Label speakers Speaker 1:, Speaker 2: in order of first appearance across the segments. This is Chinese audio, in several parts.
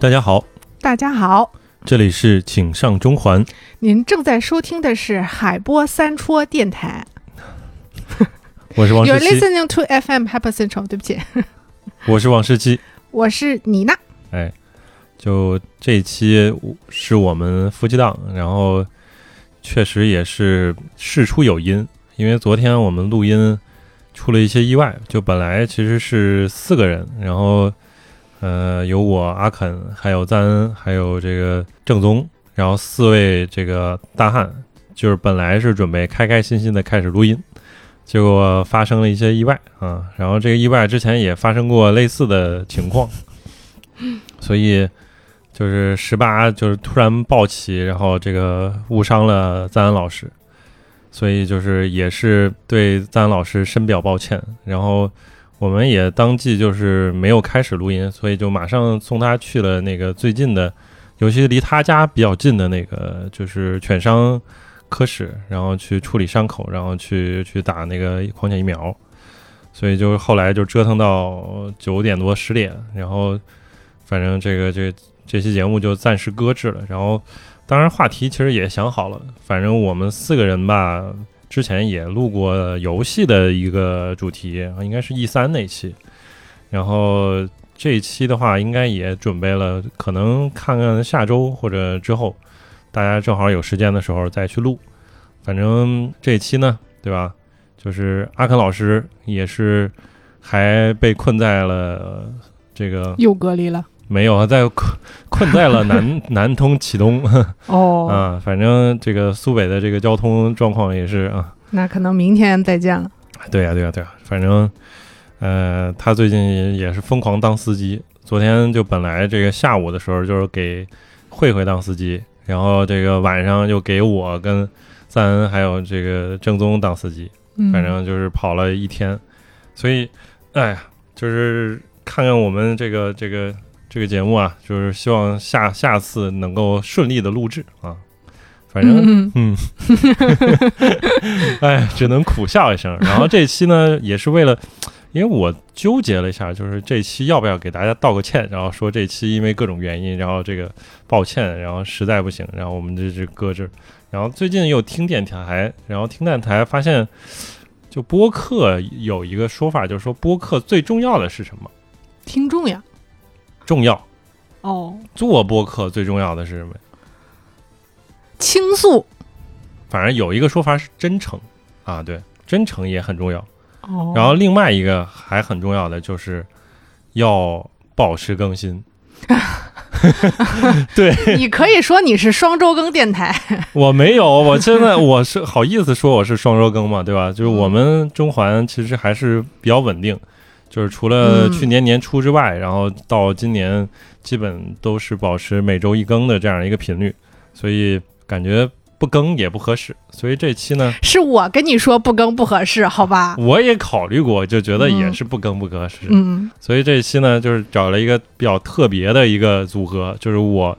Speaker 1: 大家好，
Speaker 2: 大家好，
Speaker 1: 这里是请上中环。
Speaker 2: 您正在收听的是海波三戳电台。
Speaker 1: 我是王
Speaker 2: You're
Speaker 1: 石七，
Speaker 2: listening to FM Hyper Central。对不起，
Speaker 1: 我是王石七。
Speaker 2: 我是妮娜。
Speaker 1: 哎，就这一期是我们夫妻档，然后确实也是事出有因，因为昨天我们录音出了一些意外，就本来其实是四个人，然后呃有我阿肯，还有赞恩，还有这个正宗，然后呃四位这个大汉，就是本来是准备开开心心的开始录音。结果发生了一些意外啊，然后这个意外之前也发生过类似的情况，所以就是十八就是突然暴起，然后这个误伤了赞恩老师，所以就是也是对赞恩老师深表抱歉。然后我们也当即就是没有开始录音，所以就马上送他去了那个最近的，尤其离他家比较近的那个就是犬伤科室，然后去处理伤口，然后去去打那个狂犬疫苗。所以就是后来就折腾到九点多十点，然后反正这个这这期节目就暂时搁置了。然后，当然话题其实也想好了，反正我们四个人吧，之前也录过游戏的一个主题，应该是 E 三那期。然后这一期的话，应该也准备了，可能看看下周或者之后，大家正好有时间的时候再去录。反正这一期呢，对吧？就是阿肯老师也是还被困在了这个
Speaker 2: 又隔离了
Speaker 1: 没有啊，在困困在了南南通启东
Speaker 2: 哦，
Speaker 1: 啊，反正这个苏北的这个交通状况也是啊，
Speaker 2: 那可能明天再见了。
Speaker 1: 对呀、对呀、对呀、反正呃，他最近也也是疯狂当司机。昨天就本来这个下午的时候就是给慧慧当司机，然后这个晚上又给我跟赞恩还有这个正宗当司机，
Speaker 2: 嗯，
Speaker 1: 反正就是跑了一天，所以，哎呀，就是看看我们这个这个这个节目啊，就是希望下下次能够顺利的录制啊。反正，
Speaker 2: 嗯嗯
Speaker 1: 嗯， 哎，只能苦笑一声。然后这期 呢，也是为了，因为我纠结了一下，就是这期要不要给大家道个歉，然后说这期因为各种原因，然后这个抱歉，然后实在不行，然后我们这这搁这儿。然后最近又听电台，然后听电台发现，就播客有一个说法，就是说播客最重要的是什么？
Speaker 2: 听众呀。
Speaker 1: 重要。
Speaker 2: 哦，
Speaker 1: 做播客最重要的是什么？
Speaker 2: 倾诉。
Speaker 1: 反正有一个说法是真诚啊，对，真诚也很重要。
Speaker 2: 哦，
Speaker 1: 然后另外一个还很重要的就是要保持更新。对
Speaker 2: 你可以说你是双周更电台。
Speaker 1: 我没有，我现在我是好意思说我是双周更嘛，对吧？就是我
Speaker 2: 嗯
Speaker 1: 们中环其实还是比较稳定，就是除了
Speaker 2: 嗯
Speaker 1: 去年年初之外，然后到今年基本都是保持每周一更的这样一个频率，所以感觉不更也不合适。所以这期呢，
Speaker 2: 是我跟你说不更不合适，好吧？
Speaker 1: 我也考虑过，就觉得也
Speaker 2: 嗯
Speaker 1: 是不更不合适。
Speaker 2: 嗯
Speaker 1: 所以这一期呢，就是找了一个比较特别的一个组合，就是我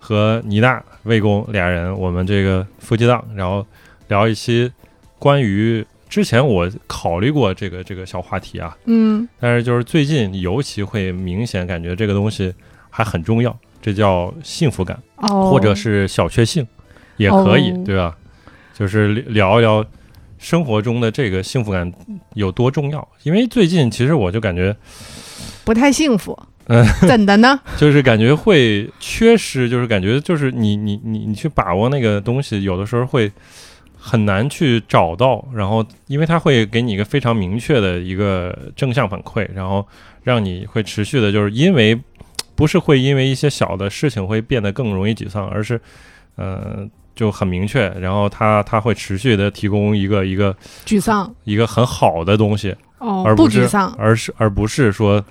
Speaker 1: 和倪娜、魏公俩人，我们这个夫妻档，然后聊一期关于之前我考虑过这个这个小话题啊，
Speaker 2: 嗯，
Speaker 1: 但是就是最近尤其会明显感觉这个东西还很重要，这叫幸福感，
Speaker 2: 哦，
Speaker 1: 或者是小确幸，也可以，
Speaker 2: 哦
Speaker 1: 对吧？就是聊一聊生活中的这个幸福感有多重要，因为最近其实我就感觉。
Speaker 2: 不太幸福
Speaker 1: 嗯。
Speaker 2: 怎的呢？
Speaker 1: 就是感觉会缺失，就是感觉就是你你你你去把握那个东西，有的时候会很难去找到，然后因为它会给你一个非常明确的一个正向反馈，然后让你会持续的，就是因为不是会因为一些小的事情会变得更容易沮丧，而是呃就很明确，然后它它会持续的提供一个一个
Speaker 2: 沮丧。
Speaker 1: 一个很好的东西，
Speaker 2: 哦
Speaker 1: 而，
Speaker 2: 不
Speaker 1: 是
Speaker 2: 沮丧。
Speaker 1: 而是而不是说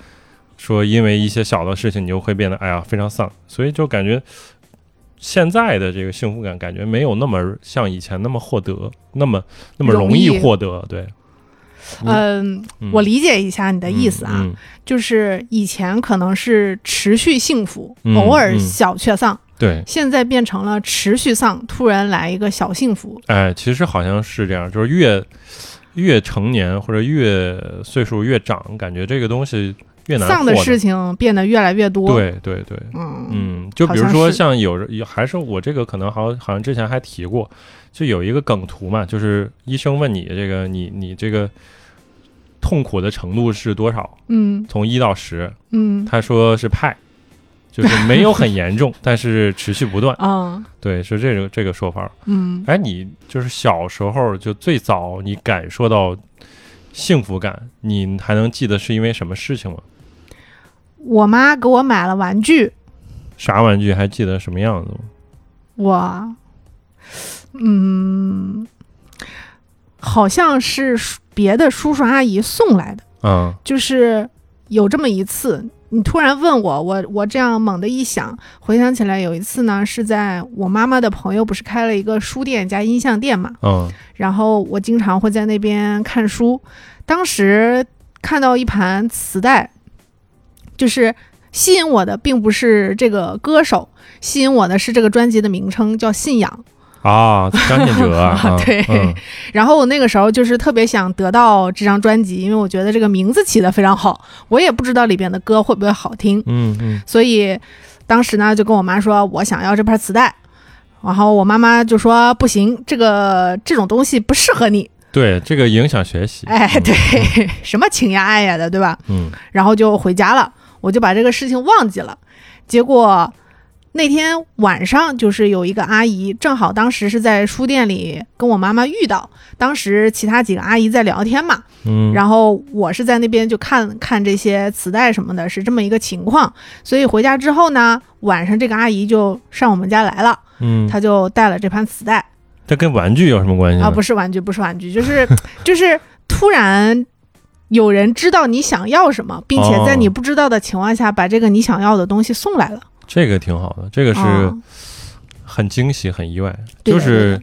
Speaker 1: 说因为一些小的事情你就会变得哎呀非常丧，所以就感觉现在的这个幸福感感觉没有那么像以前那么获得，那么那么容易
Speaker 2: 容易
Speaker 1: 获得。对，
Speaker 2: 嗯，
Speaker 1: 嗯
Speaker 2: 我理解一下你的意思啊。
Speaker 1: 嗯嗯
Speaker 2: 就是以前可能是持续幸福，
Speaker 1: 嗯
Speaker 2: 偶尔小确丧，
Speaker 1: 对，
Speaker 2: 现在变成了持续丧，突然来一个小幸福。
Speaker 1: 哎，其实好像是这样，就是越越成年或者越岁数越长，感觉这个东西越难
Speaker 2: 丧
Speaker 1: 获
Speaker 2: 的
Speaker 1: 得
Speaker 2: 事情变得越来越多。，
Speaker 1: 对对对，
Speaker 2: 嗯
Speaker 1: 嗯，就比如
Speaker 2: 好像
Speaker 1: 说
Speaker 2: 是
Speaker 1: 像有人有还是我这个可能好像好像之前还提过，就有一个梗图嘛，就是医生问你这个你你这个痛苦的程度是多少，
Speaker 2: 嗯
Speaker 1: 从一到十，
Speaker 2: 嗯
Speaker 1: 他说是派，就是没有很严 重，但是持续不断，
Speaker 2: 啊
Speaker 1: 对，是这个这个说法。
Speaker 2: 嗯
Speaker 1: 哎，你就是小时候就最早你感受到幸福感，你还能记得是因为什么事情吗？
Speaker 2: 我妈给我买了玩具，
Speaker 1: 啥玩具还记得什么样子吗？
Speaker 2: 我嗯，好像是叔别的叔叔阿姨送来的，
Speaker 1: 啊、
Speaker 2: 就是有这么一次。你突然问我，我我这样猛地一想，回想起来有一次呢，是在我妈妈的朋友不是开了一个书店加音像店嘛，
Speaker 1: 嗯
Speaker 2: 然后我经常会在那边看书。当时看到一盘磁带，就是吸引我的并不是这个歌手，吸引我的是这个专辑的名称叫《信仰，
Speaker 1: 啊，张信哲啊
Speaker 2: 对
Speaker 1: 嗯、》。
Speaker 2: 然后我那个时候就是特别想得到这张专辑，因为我觉得这个名字起得非常好，我也不知道里边的歌会不会好听。
Speaker 1: 嗯嗯
Speaker 2: 所以当时呢就跟我妈说，我想要这盘磁带，然后我妈妈就说不行，这个这种东西不适合你，
Speaker 1: 对，这个影响学习。
Speaker 2: 哎，
Speaker 1: 嗯
Speaker 2: 对，，什么情呀爱呀的，对吧？
Speaker 1: 嗯
Speaker 2: 然后就回家了，我就把这个事情忘记了。结果那天晚上，就是有一个阿姨，正好当时是在书店里跟我妈妈遇到，当时其他几个阿姨在聊天嘛，
Speaker 1: 嗯，
Speaker 2: 然后我是在那边就看看这些磁带什么的，是这么一个情况。所以回家之后呢，晚上这个阿姨就上我们家来了，
Speaker 1: 嗯，
Speaker 2: 她就带了这盘磁带
Speaker 1: 这跟玩具有什么关系呢
Speaker 2: 啊，不是玩具，不是玩具，就是 就是突然。有人知道你想要什么，并且在你
Speaker 1: 哦
Speaker 2: 不知道的情况下，把这个你想要的东西送来了。
Speaker 1: 这个挺好的，这个是
Speaker 2: 哦
Speaker 1: 很惊喜、很意外，
Speaker 2: 对
Speaker 1: 就
Speaker 2: 的
Speaker 1: 是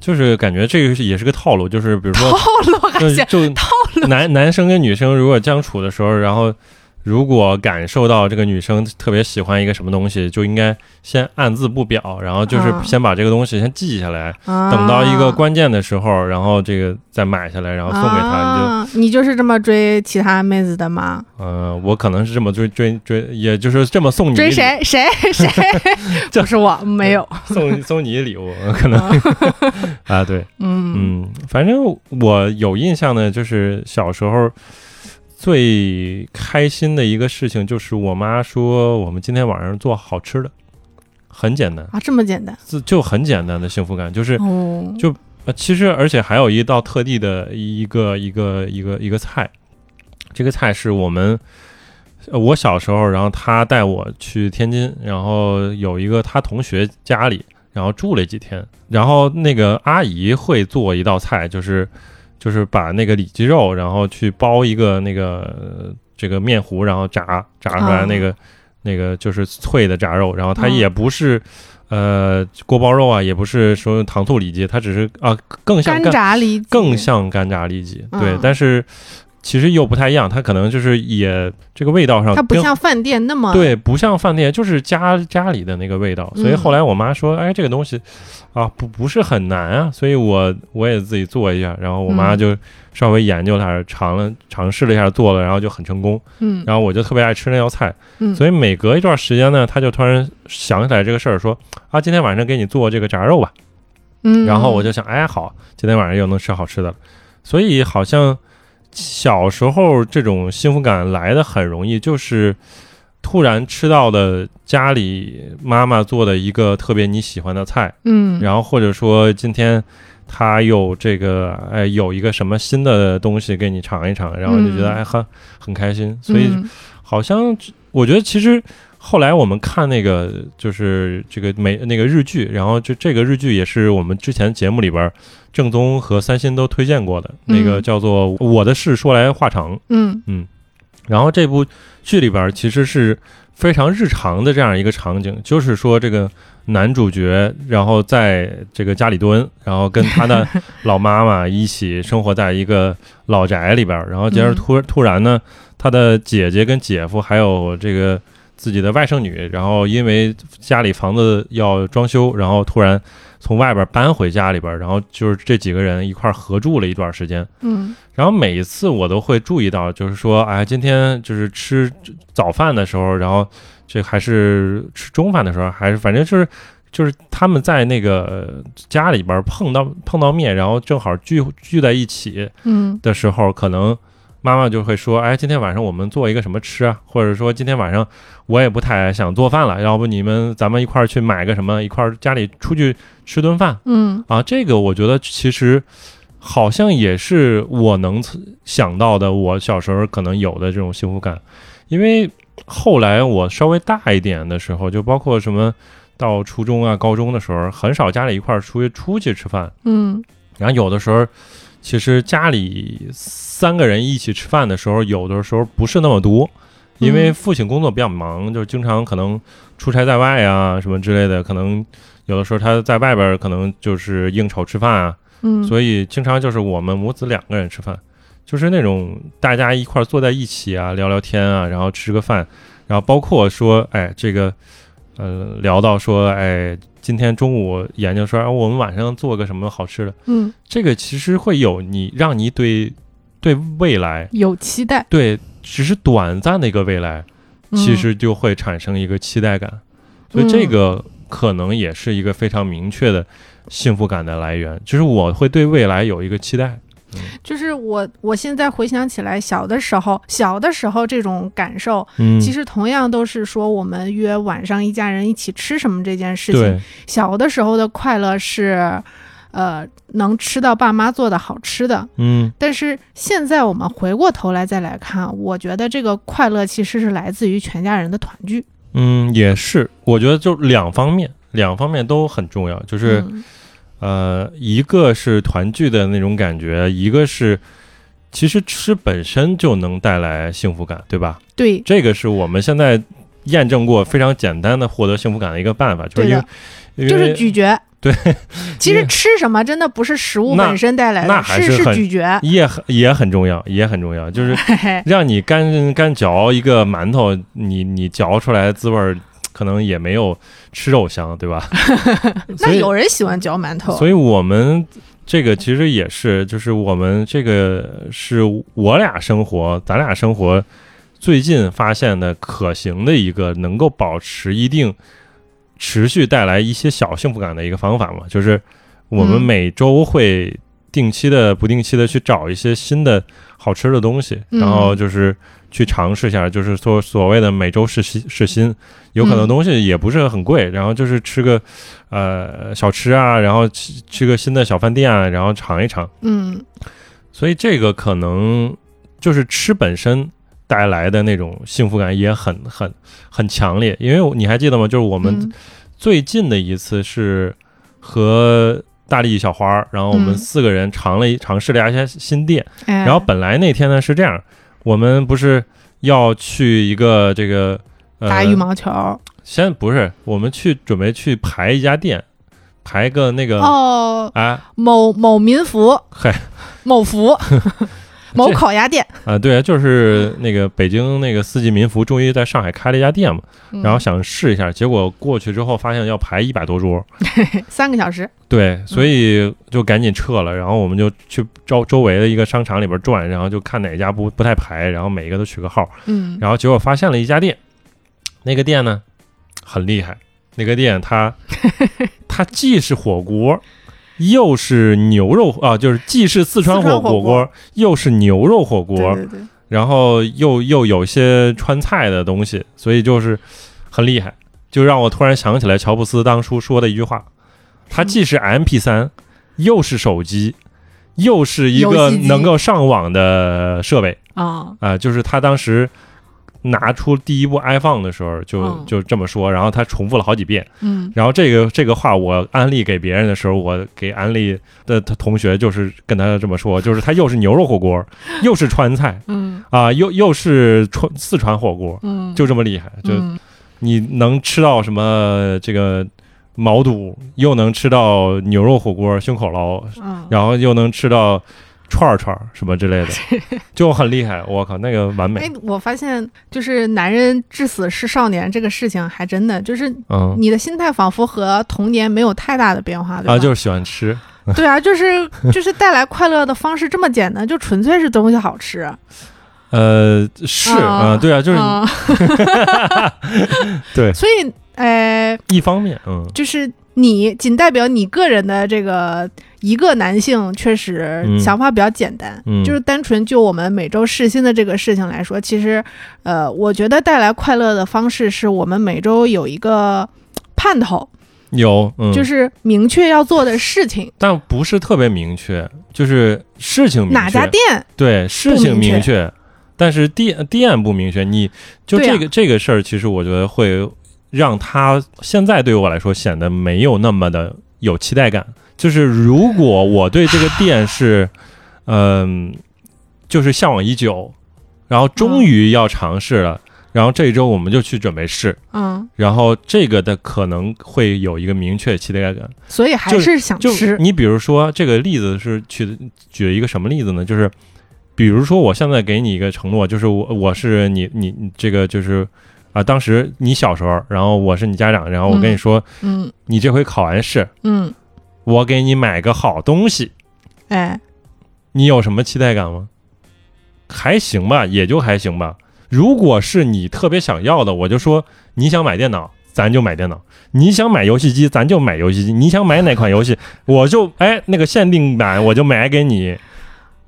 Speaker 1: 就是感觉这个是也是个套路，就是比如
Speaker 2: 套
Speaker 1: 说，
Speaker 2: 路还行，
Speaker 1: 就就
Speaker 2: 套路
Speaker 1: 男男生跟女生如果相处的时候，然后。如果感受到这个女生特别喜欢一个什么东西，就应该先暗自不表，然后就是
Speaker 2: 啊
Speaker 1: 先把这个东西先记下来，
Speaker 2: 啊
Speaker 1: 等到一个关键的时候，然后这个再买下来，然后送给她，你就
Speaker 2: 啊你就是这么追其他妹子的吗？
Speaker 1: 呃，我可能是这么追追追，也就是这么送你
Speaker 2: 追
Speaker 1: 一礼
Speaker 2: 谁谁谁？
Speaker 1: 这
Speaker 2: 不是我，没有。
Speaker 1: 送送你一礼物，可 能啊，对，
Speaker 2: 嗯
Speaker 1: 嗯，反正我有印象的，就是小时候最开心的一个事情，就是我妈说我们今天晚上做好吃的，很简单，
Speaker 2: 啊，这么简单
Speaker 1: 就就很简单的幸福感，就是
Speaker 2: 哦
Speaker 1: 就呃，其实而且还有一道特地的一个一个一个一个菜，这个菜是我们。呃我小时候，然后他带我去天津，然后有一个他同学家里，然后住了几天，然后那个阿姨会做一道菜，就是就是把那个里脊肉，然后去包一个那个呃这个面糊，然后炸炸出来
Speaker 2: 啊
Speaker 1: 那个、那个就是脆的炸肉，然后它
Speaker 2: 嗯
Speaker 1: 也不是、呃锅包肉啊，也不是说用糖醋里脊，它只是啊更像
Speaker 2: 干
Speaker 1: 干
Speaker 2: 炸里脊
Speaker 1: 更像干炸里脊，对，
Speaker 2: 嗯
Speaker 1: 但是其实又不太一样，它可能就是也这个味道上
Speaker 2: 它不
Speaker 1: 跟
Speaker 2: 像饭店那么
Speaker 1: 对，不像饭店，就是家家里的那个味道。所以
Speaker 2: 嗯
Speaker 1: 后来我妈说：“哎，这个东西啊，不不是很难啊。”所以我我也自己做一下，然后我妈
Speaker 2: 嗯
Speaker 1: 就稍微研究了下，尝了尝试了一下，做了，然后就很成功。
Speaker 2: 嗯
Speaker 1: 然后我就特别爱吃那道菜，
Speaker 2: 嗯，
Speaker 1: 所以每隔一段时间呢，她就突然想起来这个事儿，说：“啊，今天晚上给你做这个炸肉吧。”
Speaker 2: 嗯，
Speaker 1: 然后我就想，哎，好，今天晚上又能吃好吃的了。所以好像小时候这种幸福感来的很容易，就是突然吃到了家里妈妈做的一个特别你喜欢的菜，
Speaker 2: 嗯，
Speaker 1: 然后或者说今天她有这个哎有一个什么新的东西给你尝一尝，然后就觉得
Speaker 2: 嗯
Speaker 1: 哎很很开心，所以
Speaker 2: 嗯
Speaker 1: 好像我觉得其实后来我们看那个就是这个美那个日剧，然后就这个日剧也是我们之前节目里边儿正宗和三星都推荐过的那个
Speaker 2: 嗯
Speaker 1: 叫做《我的事说来话长》。
Speaker 2: 嗯
Speaker 1: 然后这部剧里边儿其实是非常日常的这样一个场景，就是说这个男主角，然后在这个家里蹲，然后跟他的老妈妈一起生活在一个老宅里边儿，然后接着突突然呢，他的姐姐跟姐夫还有这个自己的外甥女，然后因为家里房子要装修，然后突然从外边搬回家里边，然后就是这几个人一块儿合住了一段时间。
Speaker 2: 嗯
Speaker 1: 然后每一次我都会注意到，就是说，哎，今天就是吃早饭的时候，然后这还是吃中饭的时候，还是反正就是就是他们在那个家里边碰到碰到面，然后正好聚聚在一起
Speaker 2: 嗯
Speaker 1: 的时候，可能妈妈就会说，哎，今天晚上我们做一个什么吃啊？或者说今天晚上我也不太想做饭了，要不你们咱们一块儿去买个什么，一块儿家里出去吃顿饭。
Speaker 2: 嗯
Speaker 1: 啊，这个我觉得其实好像也是我能想到的，我小时候可能有的这种幸福感，因为后来我稍微大一点的时候，就包括什么到初中啊、高中的时候，很少家里一块儿出去出去吃饭，
Speaker 2: 嗯
Speaker 1: 然后有的时候。其实家里三个人一起吃饭的时候，有的时候不是那么多，因为
Speaker 2: 嗯
Speaker 1: 父亲工作比较忙，就经常可能出差在外啊什么之类的，可能有的时候他在外边儿可能就是应酬吃饭啊，
Speaker 2: 嗯，以
Speaker 1: 所以经常就是我们母子两个人吃饭，就是那种大家一块儿坐在一起啊，聊聊天啊，然后吃个饭，然后包括说，哎，这个，呃，聊到说，哎，今天中午研究说，啊，我们晚上做个什么好吃的，
Speaker 2: 嗯
Speaker 1: 这个其实会有你让你对对未来，
Speaker 2: 有期待，
Speaker 1: 对只是短暂的一个未来，
Speaker 2: 嗯
Speaker 1: 其实就会产生一个期待感，所以这个可能也是一个非常明确的幸福感的来源，就是我会对未来有一个期待。
Speaker 2: 就是我我现在回想起来，小的时候小的时候这种感受，
Speaker 1: 嗯
Speaker 2: 其实同样都是说我们约晚上一家人一起吃什么这件事情。
Speaker 1: 对，
Speaker 2: 小的时候的快乐是，呃，能吃到爸妈做的好吃的，
Speaker 1: 嗯
Speaker 2: 但是现在我们回过头来再来看，我觉得这个快乐其实是来自于全家人的团聚。
Speaker 1: 嗯，也是，我觉得就两方面，两方面都很重要，就是、
Speaker 2: 嗯
Speaker 1: 呃，一个是团聚的那种感觉，一个是。其实吃本身就能带来幸福感，对吧？
Speaker 2: 对，
Speaker 1: 这个是我们现在验证过非常简单的获得幸福感的一个办法，就是因为因为
Speaker 2: 就是咀嚼。
Speaker 1: 对，
Speaker 2: 其
Speaker 1: 因为
Speaker 2: 实吃什么真的不是食物
Speaker 1: 那
Speaker 2: 本身带来
Speaker 1: 那
Speaker 2: 的，
Speaker 1: 还
Speaker 2: 是
Speaker 1: 是很
Speaker 2: 咀嚼。
Speaker 1: 也很也很重要，也很重 要，就是
Speaker 2: 嘿嘿，
Speaker 1: 让你干干嚼一个馒头，你你嚼出来的滋味儿，可能也没有吃肉香，对 吧？
Speaker 2: 那
Speaker 1: 所以
Speaker 2: 有人喜欢嚼馒头，
Speaker 1: 所以我们这个其实也是，就是我们这个是我俩生活，咱俩生活最近发现的可行的一个能够保持一定持续带来一些小幸福感的一个方法嘛，就是我们
Speaker 2: 嗯
Speaker 1: 每周会定期的、不定期的去找一些新的好吃的东西，
Speaker 2: 嗯
Speaker 1: 然后就是去尝试一下，就是说所谓的每周试新试新，有可能
Speaker 2: 嗯
Speaker 1: 东西也不是很贵，然后就是吃个呃小吃啊，然后去去个新的小饭店啊，然后尝一尝。
Speaker 2: 嗯，
Speaker 1: 所以这个可能就是吃本身带来的那种幸福感也很很很强烈，因为你还记得吗？就是我
Speaker 2: 我
Speaker 1: 们最近的一次是和大力小花儿，然后我们
Speaker 2: 嗯
Speaker 1: 四个人尝了一尝试了一下新店，
Speaker 2: 哎，
Speaker 1: 然后本来那天呢是这样，我们不是要去一个这个呃
Speaker 2: 打羽毛球，
Speaker 1: 先不是，我们去准备去排一家店，排个那个、
Speaker 2: 哦，
Speaker 1: 啊，
Speaker 2: 某某民福，
Speaker 1: 嗨
Speaker 2: 某 福，某烤鸭店，
Speaker 1: 啊，对，就是那个北京那个四季民福终于在上海开了一家店嘛，
Speaker 2: 嗯
Speaker 1: 然后想试一下，结果过去之后发现要排一百多桌，
Speaker 2: 嗯三个小时，
Speaker 1: 对，所以就赶紧撤了，然后我们就去周周围的一个商场里边转，然后就看哪家不不太排，然后每一个都取个号，
Speaker 2: 嗯，
Speaker 1: 然后结果发现了一家店，那个店呢很厉害，那个店 它它既是火锅，又是牛肉啊，就是既是四川
Speaker 2: 四川
Speaker 1: 火
Speaker 2: 火
Speaker 1: 锅，
Speaker 2: 锅
Speaker 1: 又是牛肉火锅，
Speaker 2: 对对对，
Speaker 1: 然后又又有一些川菜的东西，所以就是很厉害，就让我突然想起来乔布斯当初说的一句话，
Speaker 2: 嗯
Speaker 1: 他既是 MP 三，又是手机。又是一
Speaker 2: 游
Speaker 1: 个
Speaker 2: 戏机
Speaker 1: 能够上网的设备，
Speaker 2: 啊，
Speaker 1: 啊、就是他当时拿出第一部 iPhone 的时候就，就、
Speaker 2: 嗯
Speaker 1: 这么说，然后他重复了好几遍。
Speaker 2: 嗯，
Speaker 1: 然后这个这个话我安利给别人的时候，我给安利的同学就是跟他这么说，就是他又是牛肉火锅，又是川菜
Speaker 2: 嗯，
Speaker 1: 啊、又又是川四川火锅，
Speaker 2: 嗯，
Speaker 1: 就这么厉害。就
Speaker 2: 嗯
Speaker 1: 你能吃到什么这个毛肚，又能吃到牛肉火锅、胸口捞，
Speaker 2: 嗯
Speaker 1: 然后又能吃到串儿串儿什么之类 的，就很厉害。我靠，那个完美
Speaker 2: 哎。，我发现就是男人至死是少年这个事情，还真的就是
Speaker 1: 嗯
Speaker 2: 你的心态仿佛和童年没有太大的变化，对吧？
Speaker 1: 啊，就是喜欢吃。
Speaker 2: 对啊，就是就是带来快乐的方式这么简单，就纯粹是东西好吃。
Speaker 1: 呃，是
Speaker 2: 啊
Speaker 1: 啊，对啊，就是
Speaker 2: 嗯
Speaker 1: 对
Speaker 2: 所以呃，
Speaker 1: 一方面，嗯，
Speaker 2: 就是你仅代表你个人的这个一个男性，确实
Speaker 1: 嗯
Speaker 2: 想法比较简单。
Speaker 1: 嗯
Speaker 2: 就是单纯就我们每周试新的这个事情来说，其实呃，我觉得带来快乐的方式是我们每周有一个盼头，
Speaker 1: 有，嗯，
Speaker 2: 就是明确要做的事情，
Speaker 1: 但不是特别明确，就是事情明确，
Speaker 2: 哪家店
Speaker 1: 对事
Speaker 2: 不
Speaker 1: 情
Speaker 2: 明确
Speaker 1: 明确，但是店店不明确。你就
Speaker 2: 对啊
Speaker 1: 这个、这个事儿，其实我觉得会让他现在对我来说显得没有那么的有期待感。就是如果我对这个店是， 嗯、就是向往已久，然后终于要尝试了，然后这一周我们就去准备试。
Speaker 2: 嗯，
Speaker 1: 然后这个的可能会有一个明确期待感，
Speaker 2: 所以还
Speaker 1: 就是
Speaker 2: 想
Speaker 1: 就
Speaker 2: 吃，
Speaker 1: 你比如说这个例子是举举一个什么例子呢？就是比如说我现在给你一个承诺，就是我我是你你你这个就是啊、当时你小时候，然后我是你家长，然后我跟你说，
Speaker 2: 嗯
Speaker 1: 你这回考完试，
Speaker 2: 嗯，
Speaker 1: 我给你买个好东西，
Speaker 2: 哎，
Speaker 1: 你有什么期待感吗？还行吧，也就还行吧。如果是你特别想要的，我就说你想买电脑，咱就买电脑；你想买游戏机，咱就买游戏机；你想买哪款游戏， 我就哎那个限定版我就买给你。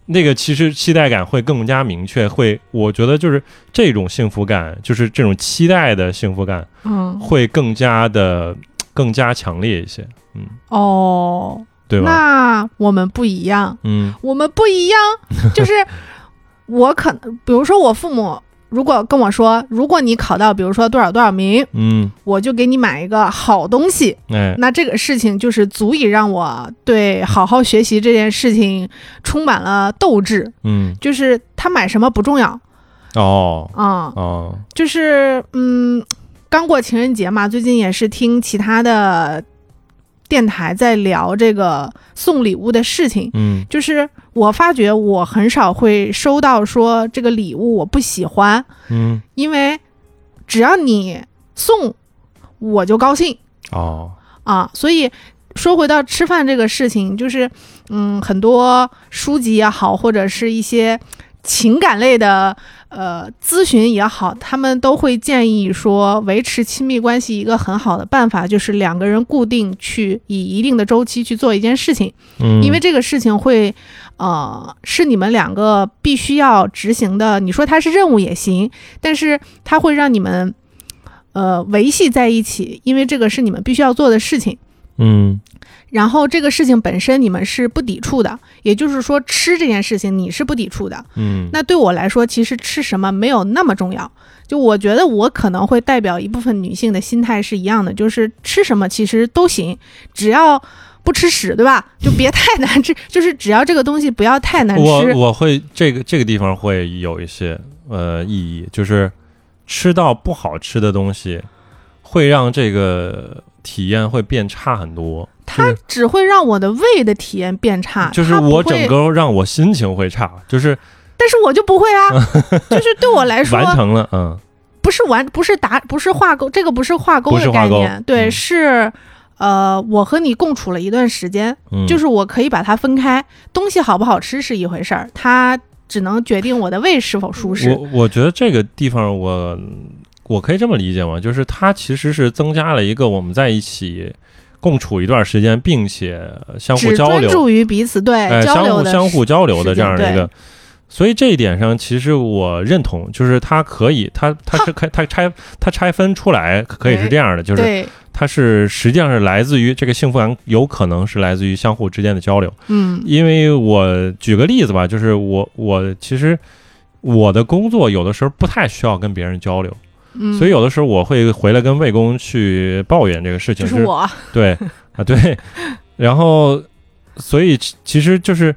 Speaker 1: 那个其实期待感会更加明确，会我觉得就是这种幸福感，就是这种期待的幸福感
Speaker 2: 嗯
Speaker 1: 会更加的更加强烈一些，
Speaker 2: 哦，
Speaker 1: 对吧？
Speaker 2: 那我们不一样，
Speaker 1: 嗯
Speaker 2: 我们不一样，就是我可能，比如说我父母。如果跟我说，如果你考到比如说多少多少名，
Speaker 1: 嗯，
Speaker 2: 我就给你买一个好东西，
Speaker 1: 哎，
Speaker 2: 那这个事情就是足以让我对好好学习这件事情充满了斗志。
Speaker 1: 嗯，
Speaker 2: 就是他买什么不重要
Speaker 1: 哦
Speaker 2: 啊、
Speaker 1: 哦，
Speaker 2: 就是嗯，刚过情人节嘛，最近也是听其他的电台在聊这个送礼物的事情。
Speaker 1: 嗯
Speaker 2: 就是我发觉我很少会收到说这个礼物我不喜欢，
Speaker 1: 嗯，
Speaker 2: 因为只要你送，我就高兴。
Speaker 1: 哦，
Speaker 2: 啊，所以说回到吃饭这个事情，就是嗯，很多书籍也好，或者是一些情感类的呃咨询也好，他们都会建议说，维持亲密关系一个很好的办法就是两个人固定去以一定的周期去做一件事情，
Speaker 1: 嗯，
Speaker 2: 因为这个事情会呃是你们两个必须要执行的。你说它是任务也行，但是它会让你们。呃，维系在一起，因为这个是你们必须要做的事情。
Speaker 1: 嗯
Speaker 2: 然后这个事情本身你们是不抵触的，也就是说吃这件事情你是不抵触的。
Speaker 1: 嗯，
Speaker 2: 那对我来说，其实吃什么没有那么重要。就我觉得我可能会代表一部分女性的心态是一样的，就是吃什么其实都行，只要不吃屎，对吧？就别太难吃， 就是只要这个东西不要太难
Speaker 1: 我
Speaker 2: 吃。
Speaker 1: 我会这个这个地方会有一些呃意义，就是吃到不好吃的东西，会让这个体验会变差很多。
Speaker 2: 它只会让我的胃的体验变差，
Speaker 1: 就是
Speaker 2: 啊它不
Speaker 1: 我
Speaker 2: 会
Speaker 1: 整，个让我心情会差，就是
Speaker 2: 但是我就不会 啊，就是对我来说，
Speaker 1: 完成了，嗯
Speaker 2: 不是完，不是达，不是画勾，这个不是画勾
Speaker 1: 不是
Speaker 2: 的
Speaker 1: 画
Speaker 2: 概
Speaker 1: 勾
Speaker 2: 念，对，
Speaker 1: 嗯
Speaker 2: 是。呃，我和你共处了一段时间，
Speaker 1: 嗯，
Speaker 2: 就是我可以把它分开。东西好不好吃是一回事儿，它只能决定我的胃是否舒适。
Speaker 1: 我我觉得这个地方我我可以这么理解吗？就是它其实是增加了一个我们在一起共处一段时间，并且相互
Speaker 2: 只
Speaker 1: 交
Speaker 2: 专
Speaker 1: 流，
Speaker 2: 注于彼此对、
Speaker 1: 哎，
Speaker 2: 交
Speaker 1: 相
Speaker 2: 流
Speaker 1: 互
Speaker 2: 的
Speaker 1: 相互交流的
Speaker 2: 时
Speaker 1: 这
Speaker 2: 间
Speaker 1: 样的一
Speaker 2: 对
Speaker 1: 个。所以这一点上，其实我认同，就是它可以，它它是可以它拆它拆分出来，可以
Speaker 2: 哎
Speaker 1: 是这样的，就是
Speaker 2: 对，
Speaker 1: 它是实际上是来自于这个幸福感，有可能是来自于相互之间的交流。
Speaker 2: 嗯
Speaker 1: 因为我举个例子吧，就是我我其实我的工作有的时候不太需要跟别人交流，
Speaker 2: 嗯，
Speaker 1: 所以有的时候我会回来跟魏工去抱怨这个事情，
Speaker 2: 就
Speaker 1: 就是
Speaker 2: 我，
Speaker 1: 对啊，对，然后所以其其实就是，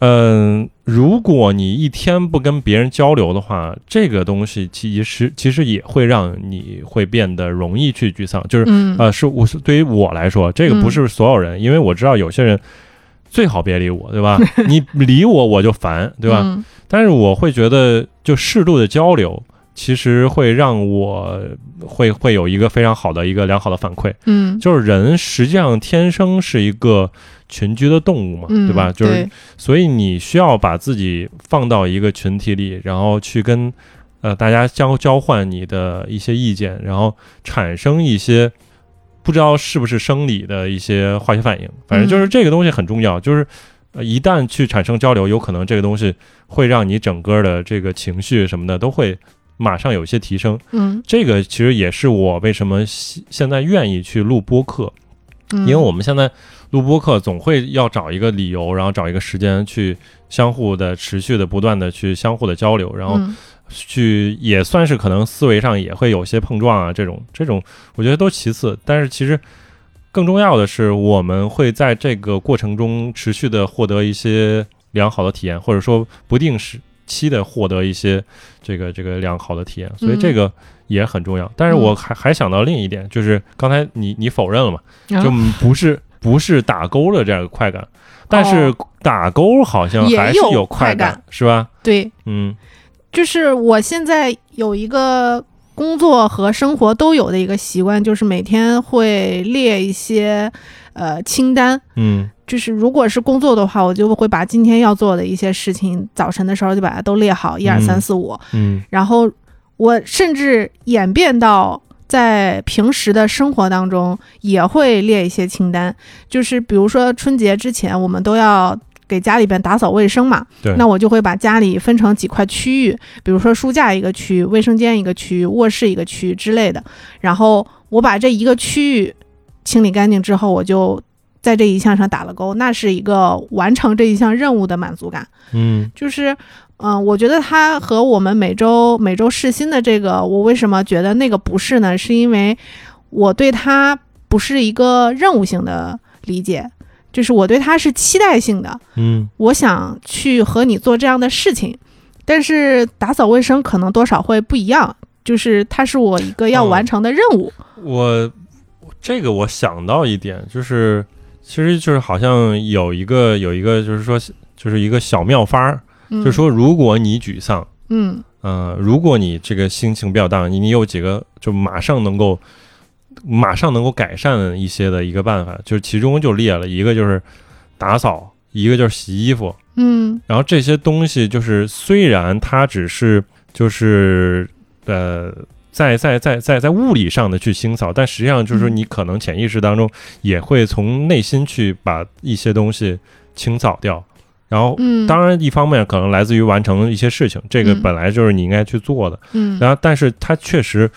Speaker 1: 嗯、如果你一天不跟别人交流的话，这个东西其实其实也会让你会变得容易去沮丧。就是
Speaker 2: 嗯
Speaker 1: 呃，是我是对于我来说，这个不
Speaker 2: 嗯
Speaker 1: 是所有人，因为我知道有些人最好别理我，对 吧？你理我我就烦，对吧？
Speaker 2: 嗯
Speaker 1: 但是我会觉得，就适度的交流，其实会让我会会有一个非常好的一个良好的反馈。
Speaker 2: 嗯，
Speaker 1: 就是人实际上天生是一个群居的动物嘛，
Speaker 2: 嗯
Speaker 1: 对吧？就是
Speaker 2: 对
Speaker 1: 所以你需要把自己放到一个群体里，然后去跟呃大家交交换你的一些意见，然后产生一些不知道是不是生理的一些化学反应。反正就是这个东西很重要，就是。呃一旦去产生交流，有可能这个东西会让你整个的这个情绪什么的都会马上有一些提升。
Speaker 2: 嗯，
Speaker 1: 这个其实也是我为什么现现在愿意去录播客，
Speaker 2: 因
Speaker 1: 因为我们现在录播客总会要找一个理由，然后找一个时间去相互的、持续的、不断的去相互的交流，然后
Speaker 2: 嗯
Speaker 1: 去也算是可能思维上也会有些碰撞啊，这种这种我觉得都其次，但是其实更重要的是我们会在这个过程中持续的获得一些良好的体验，或者说不定时期的获得一些这个这个良好的体验，所以这个也很重要。但是我还还想到另一点，就是刚才你你否认了嘛，
Speaker 2: 啊
Speaker 1: 就不是不是打勾的这样的快感，但是打勾好像
Speaker 2: 也
Speaker 1: 还是
Speaker 2: 有
Speaker 1: 有
Speaker 2: 快
Speaker 1: 快
Speaker 2: 感
Speaker 1: 感，是吧？
Speaker 2: 对，
Speaker 1: 嗯
Speaker 2: 就是我现在有一个工作和生活都有的一个习惯，就是每天会列一些呃清单。
Speaker 1: 嗯
Speaker 2: 就是如果是工作的话，我就会把今天要做的一些事情，早晨的时候就把它都列好，一二三四五。
Speaker 1: 嗯
Speaker 2: 然后我甚至演变到在平时的生活当中也会列一些清单，就是比如说春节之前我们都要。给家里边打扫卫生嘛，
Speaker 1: 对
Speaker 2: 那我就会把家里分成几块区域，比如说书架一个区域，卫生间一个区域，卧室一个区域之类的。然后我把这一个区域清理干净之后，我就在这一项上打了勾，那是一个完成这一项任务的满足感。
Speaker 1: 嗯
Speaker 2: 就是，嗯、我觉得它和我们每周每周试新的这个，我为什么觉得那个不是呢？是因为我对它不是一个任务性的理解，就是我对它是期待性的，
Speaker 1: 嗯
Speaker 2: 我想去和你做这样的事情，但是打扫卫生可能多少会不一样，就是它是我一个要
Speaker 1: 嗯
Speaker 2: 完成的任务。
Speaker 1: 我这个我想到一点，就是其实就是好像有一个有一个就是说就是一个小妙法儿，
Speaker 2: 嗯，
Speaker 1: 就是，说如果你沮丧，
Speaker 2: 嗯
Speaker 1: 呃，如果你这个心情比较荡，你你有几个就马上能够马上能够改善一些的一个办法，就是其中就列了一个就是打扫，一个就是洗衣服，
Speaker 2: 嗯
Speaker 1: 然后这些东西就是虽然它只是就是呃。在在在在在物理上的去清扫，但实际上就是说
Speaker 2: 嗯
Speaker 1: 你可能潜意识当中也会从内心去把一些东西清扫掉，然后
Speaker 2: 嗯，
Speaker 1: 当然一方面可能来自于完成一些事情，这个
Speaker 2: 嗯
Speaker 1: 本来就是你应该去做的，
Speaker 2: 嗯，
Speaker 1: 然后，但是它确实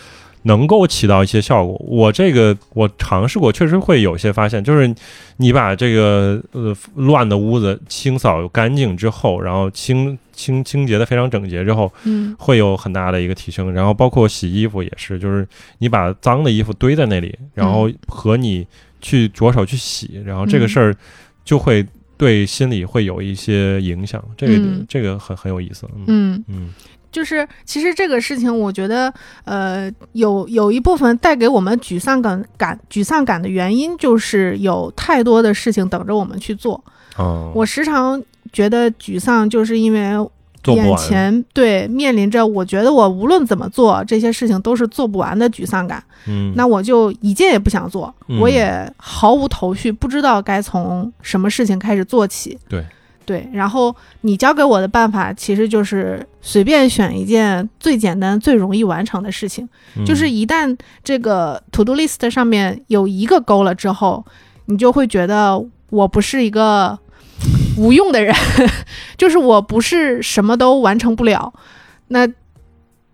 Speaker 1: 能够起到一些效果。我这个我尝试过，确实会有些发现，就是你把这个呃乱的屋子清扫干净之后，然后清清清洁的非常整洁之后，
Speaker 2: 嗯
Speaker 1: 会有很大的一个提升。然后包括洗衣服也是，就是你把脏的衣服堆在那里，然后和你去着手去洗，然后这个
Speaker 2: 嗯
Speaker 1: 事儿就会对心理会有一些影响。这个、
Speaker 2: 嗯
Speaker 1: 这个很很有意思。嗯
Speaker 2: 嗯。
Speaker 1: 嗯
Speaker 2: 就是其实这个事情，我觉得，呃，有有一部分带给我们沮丧感感沮丧感的原因，就是有太多的事情等着我们去做。
Speaker 1: 哦，
Speaker 2: 我时常觉得沮丧，就是因为
Speaker 1: 做不
Speaker 2: 眼
Speaker 1: 完。
Speaker 2: 前对面临着我觉得我无论怎么做，这些事情都是做不完的沮丧感。
Speaker 1: 嗯，
Speaker 2: 那我就一件也不想做，
Speaker 1: 嗯
Speaker 2: 我也毫无头绪，不知道该从什么事情开始做起。
Speaker 1: 对
Speaker 2: 对，然后你教给我的办法其实就是随便选一件最简单、最容易完成的事情。
Speaker 1: 嗯
Speaker 2: 就是一旦这个 to do list 上面有一个勾了之后，你就会觉得我不是一个无用的人， 就是我不是什么都完成不了。那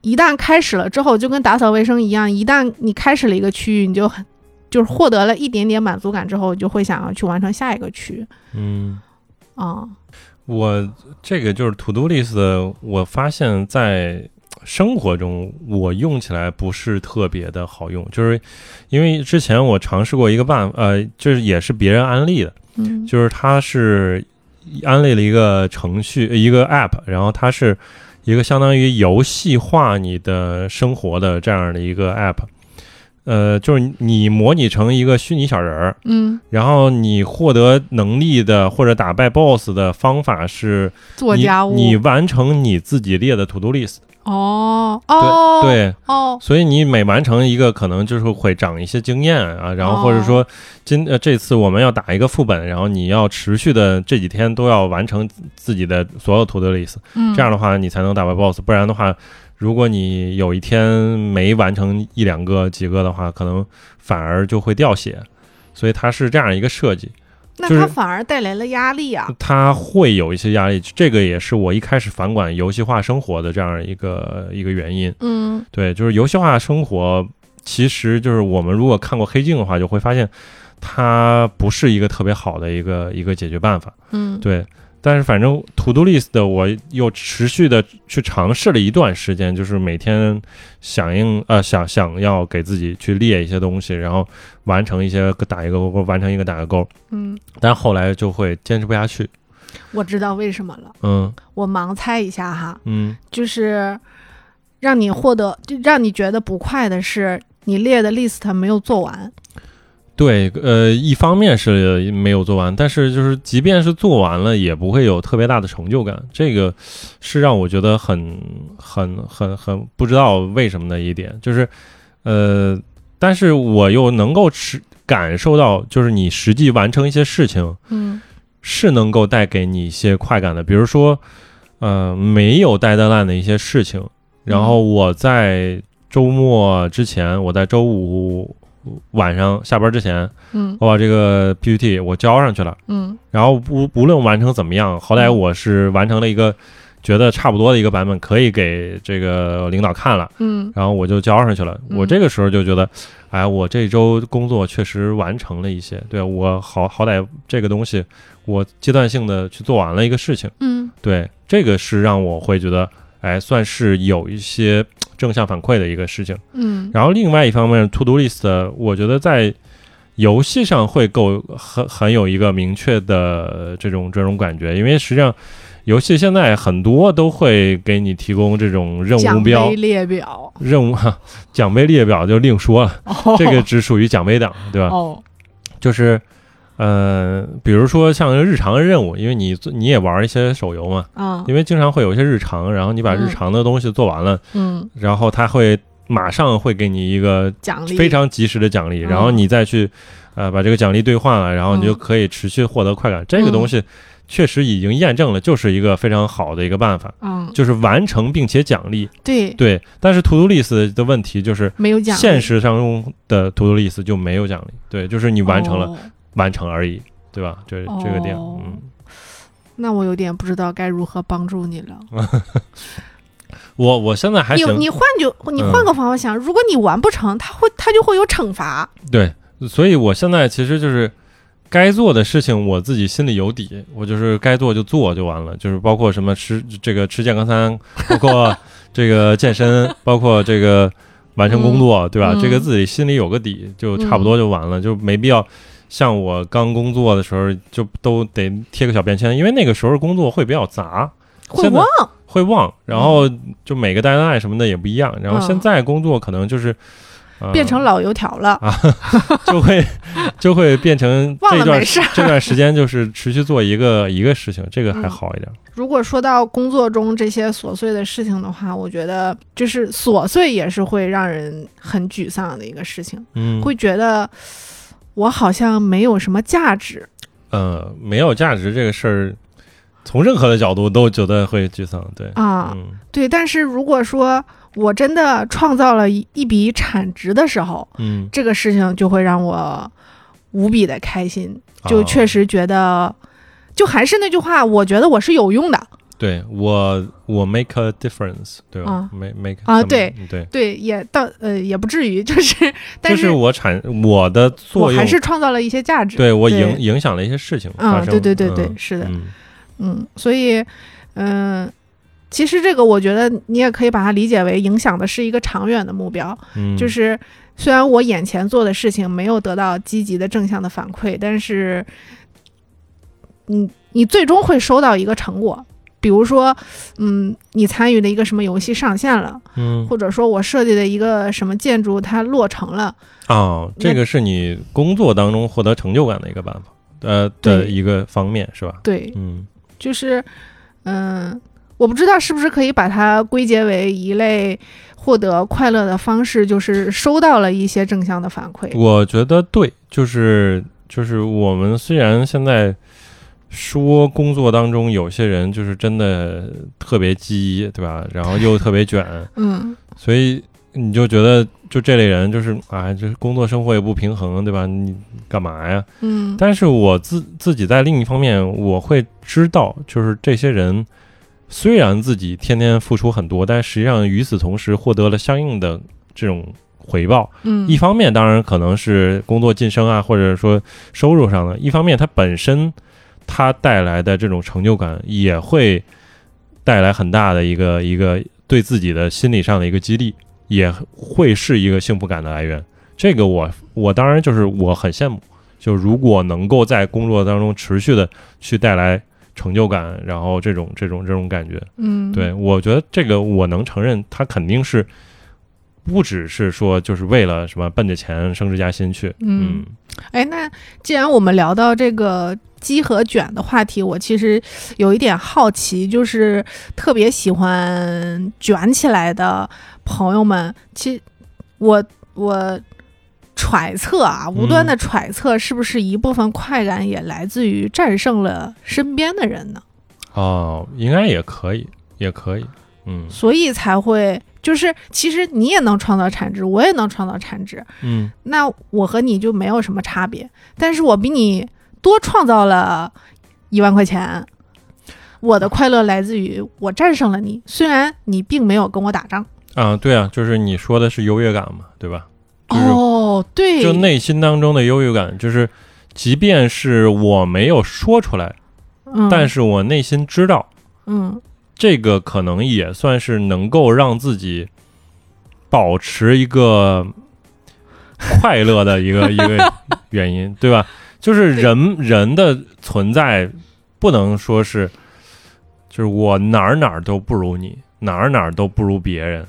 Speaker 2: 一旦开始了之后，就跟打扫卫生一样，一旦你开始了一个区域，你就很就是获得了一点点满足感之后，你就会想要去完成下一个区域
Speaker 1: 嗯，
Speaker 2: 啊、
Speaker 1: 我这个就是 to do list，我发现在生活中我用起来不是特别的好用，就是因为之前我尝试过一个办法，呃，就是也是别人安利的，
Speaker 2: 嗯
Speaker 1: 就是它是安利了一个程序，呃一个 app，然后它是一个相当于游戏化你的生活的这样的一个 app。呃，就是你模拟成一个虚拟小人儿，
Speaker 2: 嗯，
Speaker 1: 然后你获得能力的或者打败 BOSS 的方法是
Speaker 2: 做
Speaker 1: 你
Speaker 2: 家务
Speaker 1: 你完成你自己列的 to do list。
Speaker 2: 哦哦
Speaker 1: 对，
Speaker 2: 哦，
Speaker 1: 所以你每完成一个，可能就是会长一些经验啊，然后或者
Speaker 2: 哦
Speaker 1: 说今呃这次我们要打一个副本，然后你要持续的这几天都要完成自己的所有 to do list，
Speaker 2: 嗯，
Speaker 1: 这样的话你才能打败 BOSS，不然的话。如果你有一天没完成一两个几个的话，可能反而就会掉血，所以它是这样一个设计。
Speaker 2: 那
Speaker 1: 就是
Speaker 2: 他反而带来了压力啊。
Speaker 1: 它会有一些压力，这个也是我一开始反管游戏化生活的这样一个一个原因。
Speaker 2: 嗯
Speaker 1: 对，就是游戏化生活，其实就是我们如果看过《黑镜》的话，就会发现它不是一个特别好的一个一个解决办法。
Speaker 2: 嗯，
Speaker 1: 对，但是反正 To Do List 的我又持续的去尝试了一段时间，就是每天响应呃想想要给自己去列一些东西，然后完成一些打一个勾，完成一个打个勾，
Speaker 2: 嗯，
Speaker 1: 但后来就会坚持不下去。
Speaker 2: 我知道为什么了。
Speaker 1: 嗯
Speaker 2: 我盲猜一下哈，
Speaker 1: 嗯。
Speaker 2: 就是让你获得，就让你觉得不快的是你列的 list 没有做完。
Speaker 1: 对，呃，一方面是没有做完，但是就是即便是做完了，也不会有特别大的成就感。这个是让我觉得很、很、很、很不知道为什么的一点，就是，呃，但是我又能够持感受到，就是你实际完成一些事情
Speaker 2: 嗯
Speaker 1: 是能够带给你一些快感的，比如说，呃，没有带得烂的一些事情。然后我在周末之前，我在周五晚上下班之前。
Speaker 2: 嗯
Speaker 1: 我把这个 PPT 我交上去了，
Speaker 2: 嗯
Speaker 1: 然后无无论完成怎么样，好歹我是完成了一个觉得差不多的一个版本，可以给这个领导看了，
Speaker 2: 嗯
Speaker 1: 然后我就交上去了。
Speaker 2: 嗯
Speaker 1: 我这个时候就觉得，哎，我这周工作确实完成了一些，对我好好歹这个东西我阶段性的去做完了一个事情，
Speaker 2: 嗯
Speaker 1: 对，这个是让我会觉得，哎，算是有一些正向反馈的一个事情。
Speaker 2: 嗯
Speaker 1: 然后另外一方面，to do list，我觉得在游戏上会够很很有一个明确的呃这种这种感觉，因为实际上游戏现在很多都会给你提供这种任务目
Speaker 2: 奖
Speaker 1: 标
Speaker 2: 杯、列表，
Speaker 1: 任务 奖杯列表就另说了，
Speaker 2: 哦
Speaker 1: 这个只属于奖杯党，对吧？
Speaker 2: 哦，
Speaker 1: 就是呃，比如说像日常任务，因为你你也玩一些手游嘛，
Speaker 2: 啊，
Speaker 1: 嗯因为经常会有一些日常，然后你把日
Speaker 2: 嗯
Speaker 1: 常的东西做完了，
Speaker 2: 嗯，
Speaker 1: 然后它会马上会给你一个
Speaker 2: 奖励
Speaker 1: 非常及时的奖励，
Speaker 2: 嗯
Speaker 1: 然后你再去呃把这个奖励兑换了，然后你就可以持续获得快感。这个
Speaker 2: 嗯
Speaker 1: 东西确实已经验证了，就是一个非常好的一个办法，
Speaker 2: 嗯，
Speaker 1: 就是完成并且奖励。
Speaker 2: 对，
Speaker 1: 对，但是 to do list 的问题就是
Speaker 2: 没有奖励，
Speaker 1: 现实当中的 to do list 就没有奖励，对，就是你完成了，
Speaker 2: 哦
Speaker 1: 完成而已，对吧？这这个点，
Speaker 2: 哦
Speaker 1: 嗯。
Speaker 2: 那我有点不知道该如何帮助你了。
Speaker 1: 我我现在还
Speaker 2: 你
Speaker 1: 行，嗯
Speaker 2: 你换就你换个方向想，如果你完不成，他会他就会有惩罚。
Speaker 1: 对，所以我现在其实就是该做的事情，我自己心里有底，我就是该做就做就完了，就是包括什么吃这个吃健康餐，包括这个健身，包括这个完成工作，对吧？
Speaker 2: 嗯
Speaker 1: 这个自己心里有个底，就差不多就完了，就没必要。像我刚工作的时候，就都得贴个小便签，因为那个时候工作会比较杂，
Speaker 2: 会
Speaker 1: 现在
Speaker 2: 忘，
Speaker 1: 会忘，然后就每个 deadline 什么的也不一样。然后现
Speaker 2: 嗯
Speaker 1: 在工作可能就是、呃
Speaker 2: 变成老油条了，
Speaker 1: 就会就会变成
Speaker 2: 忘
Speaker 1: 这
Speaker 2: 了
Speaker 1: 段
Speaker 2: 没事。
Speaker 1: 这段时间就是持续做一个一个事情，这个
Speaker 2: 嗯
Speaker 1: 还好一点。
Speaker 2: 如果说到工作中这些琐碎的事情的话，我觉得就是琐碎也是会让人很沮丧的一个事情，
Speaker 1: 嗯，
Speaker 2: 会觉得我好像没有什么价值。
Speaker 1: 呃，没有价值这个事儿，从任何的角度都觉得会沮丧。对，
Speaker 2: 啊
Speaker 1: 嗯
Speaker 2: 对，但是如果说我真的创造了一一笔产值的时候，
Speaker 1: 嗯，
Speaker 2: 这个事情就会让我无比的开心，就
Speaker 1: 啊
Speaker 2: 确实觉得，就还是那句话，我觉得我是有用的。
Speaker 1: 对我我 make a difference，对吧
Speaker 2: 啊
Speaker 1: ？make make
Speaker 2: 啊
Speaker 1: some-
Speaker 2: 对
Speaker 1: 嗯对，
Speaker 2: 对，也到呃也不至于，就是，但
Speaker 1: 就是
Speaker 2: 是
Speaker 1: 我产我的
Speaker 2: 我
Speaker 1: 作用
Speaker 2: 还，是创造了一些价值。
Speaker 1: 对我
Speaker 2: 对
Speaker 1: 影影响了一些事情发
Speaker 2: 啊，
Speaker 1: 生。
Speaker 2: 对对对对
Speaker 1: 嗯，
Speaker 2: 是的，
Speaker 1: 嗯
Speaker 2: 嗯，所以，嗯、其实这个我觉得你也可以把它理解为影响的是一个长远的目标，
Speaker 1: 嗯，
Speaker 2: 就是虽然我眼前做的事情没有得到积极的正向的嗯反馈，但是你你最终会收到一个成果，比比如说，嗯，你参与的一个什么游戏上线了，
Speaker 1: 嗯，
Speaker 2: 或者说我设计的一个什么建筑它落成了，
Speaker 1: 哦，
Speaker 2: 那
Speaker 1: 这个是你工作当中获得成就感的一个办法，呃的
Speaker 2: 对
Speaker 1: 一个方面是吧？
Speaker 2: 对，
Speaker 1: 嗯
Speaker 2: 就是，嗯、我不知道是不是可以把它归结为一类获得快乐的方式，就是收到了一些正向的反馈。
Speaker 1: 我觉得对，就是就是我们虽然现在说工作当中有些人就是真的特别鸡，对吧？然后又特别卷，
Speaker 2: 嗯，
Speaker 1: 所以你就觉得就这类人就是啊，就是工作生活也不平衡，对吧？你干嘛呀？
Speaker 2: 嗯，
Speaker 1: 但是我自自己在另一方面，我会知道，就是这些人虽然自己天天付出很多，但实际上与此同时获得了相应的这种回报。
Speaker 2: 嗯，
Speaker 1: 一方面当然可能是工作晋升啊，或者说收入上的；一方面它本身它带来的这种成就感也会带来很大的一个一个对自己的心理上的一个激励，也会是一个幸福感的来源。这个我我当然就是我很羡慕，就如果能够在工作当中持续的去带来成就感，然后这种这种这种感觉，
Speaker 2: 嗯，
Speaker 1: 对，，我觉得这个我能承认，他肯定是不只是说就是为了什么奔着钱升职加薪去，
Speaker 2: 嗯，哎，那既然我们聊到这个鸡和卷的话题，我其实有一点好奇，就是特别喜欢卷起来的朋友们，其实我我揣测啊，无端的揣测，是不是一部分快感也来自于战胜了身边的人呢？
Speaker 1: 哦，应该也可以，也可以，嗯
Speaker 2: 所以才会。就是，其实你也能创造产值，我也能创造产值，
Speaker 1: 嗯
Speaker 2: 那我和你就没有什么差别，但是我比你多创造了一万块钱。我的快乐来自于我战胜了你，虽然你并没有跟我打仗。
Speaker 1: 啊，对啊，就是你说的是优越感嘛，对吧？就是
Speaker 2: 哦，对，
Speaker 1: 就内心当中的优越感，就是即便是我没有说出来，
Speaker 2: 嗯，
Speaker 1: 但是我内心知道，
Speaker 2: 嗯
Speaker 1: 这个可能也算是能够让自己保持一个快乐的一 个一个原因，对吧？就是人人的存在不能说是，就是我哪儿哪儿都不如你，哪儿哪儿都不如别人。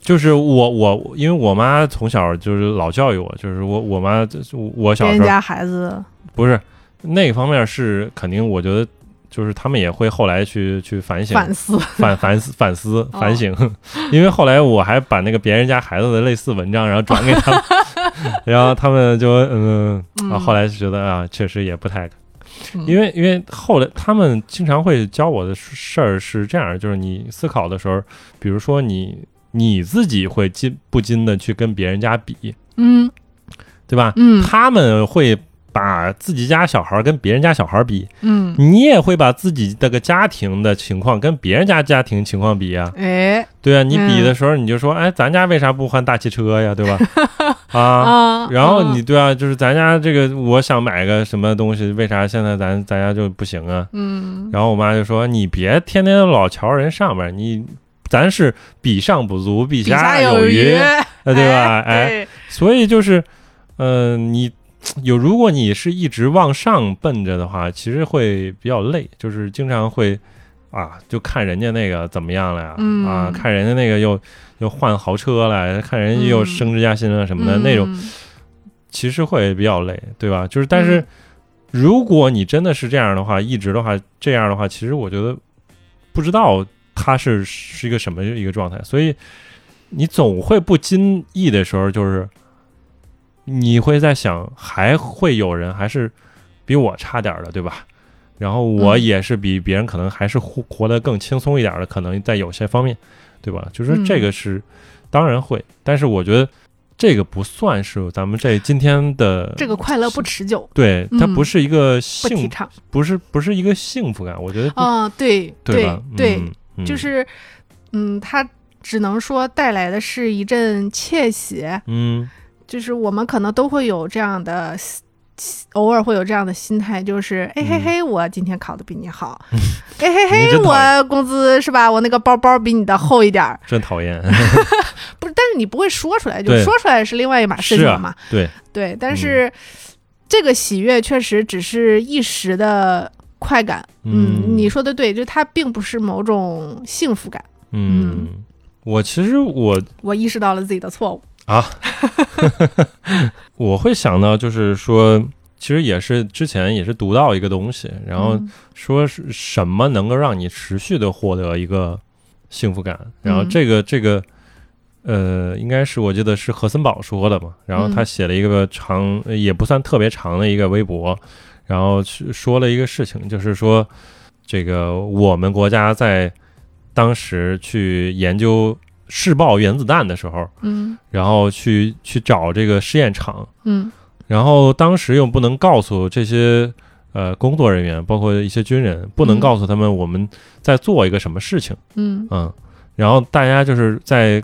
Speaker 1: 就是我我，因为我妈从小就是老教育我，就是我我妈就是我
Speaker 2: 别
Speaker 1: 小时
Speaker 2: 人
Speaker 1: 候
Speaker 2: 家孩子，
Speaker 1: 不是那个方面是肯定，我觉得就是他们也会后来去去反省
Speaker 2: 反思，
Speaker 1: 反反思反思
Speaker 2: 哦
Speaker 1: 反省， 因为后来我还把那个别人家孩子的类似文章，然后转给他们， 然后他们就嗯， 啊，
Speaker 2: 嗯
Speaker 1: 后来就觉得啊，确实也不太，
Speaker 2: 嗯
Speaker 1: 因为因为后来他们经常会教我的事儿是这样，就是你思考的时候，比如说你你自己会禁不禁的去跟别人家比，
Speaker 2: 嗯
Speaker 1: 对吧？
Speaker 2: 嗯
Speaker 1: 他们会。把自己家小孩儿跟别人家小孩儿比，
Speaker 2: 嗯，
Speaker 1: 你也会把自己的个家庭的情况跟别人家家庭情况比啊。
Speaker 2: 哎
Speaker 1: 对啊，你比
Speaker 2: 嗯
Speaker 1: 的时候你就说，哎，咱家为啥不换大汽车呀， 对吧？啊，
Speaker 2: 啊，
Speaker 1: 然后
Speaker 2: 啊
Speaker 1: 你对啊，就是咱家这个，我想买个什么东西，为啥现在咱咱家就不行啊？
Speaker 2: 嗯
Speaker 1: 然后我妈就说，你别天天老瞧人上面，你咱是比上不足，比
Speaker 2: 比下
Speaker 1: 有
Speaker 2: 余，
Speaker 1: 呃对吧？哎，
Speaker 2: 对
Speaker 1: 所以就是，呃，你有如果你是一直往上奔着的话，其实会比较累，就是经常会啊，就看人家那个怎么样了呀，
Speaker 2: 嗯
Speaker 1: 啊，看人家那个又又换豪车了，看人家又
Speaker 2: 嗯
Speaker 1: 升职加薪了什么的、那种，，其实会比较累，对吧？就是但是、
Speaker 2: 嗯
Speaker 1: 如果你真的是这样的话，一直的话这样的话，其实我觉得不知道他是是一个什么一个状态，所以你总会不经意的时候，就是你会在想，还会有人还是比我差点儿的，对吧？然后我
Speaker 2: 嗯
Speaker 1: 也是比别人可能还是活活得更轻松一点儿的，可能在有些方面，对吧？就是
Speaker 2: 嗯
Speaker 1: 这个是、当然会，但是我觉得这个不算是咱们这今天的
Speaker 2: 嗯这个快乐不持久，
Speaker 1: 对，它
Speaker 2: 嗯
Speaker 1: 不是一个
Speaker 2: 不提
Speaker 1: 幸，
Speaker 2: 倡。
Speaker 1: 不是不是一个幸福感，我觉得不、
Speaker 2: 啊，对
Speaker 1: 吧？
Speaker 2: 对，
Speaker 1: 嗯嗯、
Speaker 2: 就是，嗯，它只能说带来的是一阵窃喜，
Speaker 1: 嗯
Speaker 2: 就是我们可能都会有这样的心，偶尔会有这样的心态，就是哎嘿
Speaker 1: 嗯
Speaker 2: 嘿，我今天考的比你好，哎嘿
Speaker 1: 你
Speaker 2: 嘿，
Speaker 1: 真讨厌
Speaker 2: 我工资是吧？我那个包包比你的厚一点儿，
Speaker 1: 真讨厌，
Speaker 2: 不是，但是你不会说出来，就
Speaker 1: 对
Speaker 2: 说出来是另外一码事
Speaker 1: 是
Speaker 2: 情
Speaker 1: 啊嗯
Speaker 2: 了嘛，
Speaker 1: 对，
Speaker 2: 对，但是这个喜悦确实只是一时的。快感。嗯，你说的对，就它并不是某种幸福感。
Speaker 1: 嗯，我其实我
Speaker 2: 我意识到了自己的错误。
Speaker 1: 啊，我会想到就是说，其实也是之前也是读到一个东西，然后
Speaker 2: 嗯
Speaker 1: 说是什么能够让你持续的获得一个幸福感，然后这个、这个呃，应该是我记得是何森堡说的嘛，然后他
Speaker 2: 嗯
Speaker 1: 写了一个长、呃也不算特别长的一个微博，然后去说了一个事情，就是说这个我们国家在当时去研究试爆原子弹的时候。
Speaker 2: 嗯
Speaker 1: 然后去去找这个试验场，
Speaker 2: 嗯
Speaker 1: 然后当时又不能告诉这些呃工作人员，包括一些军人，不能
Speaker 2: 嗯
Speaker 1: 告诉他们我们在做一个什么事情，
Speaker 2: 嗯
Speaker 1: 嗯，然后大家就是在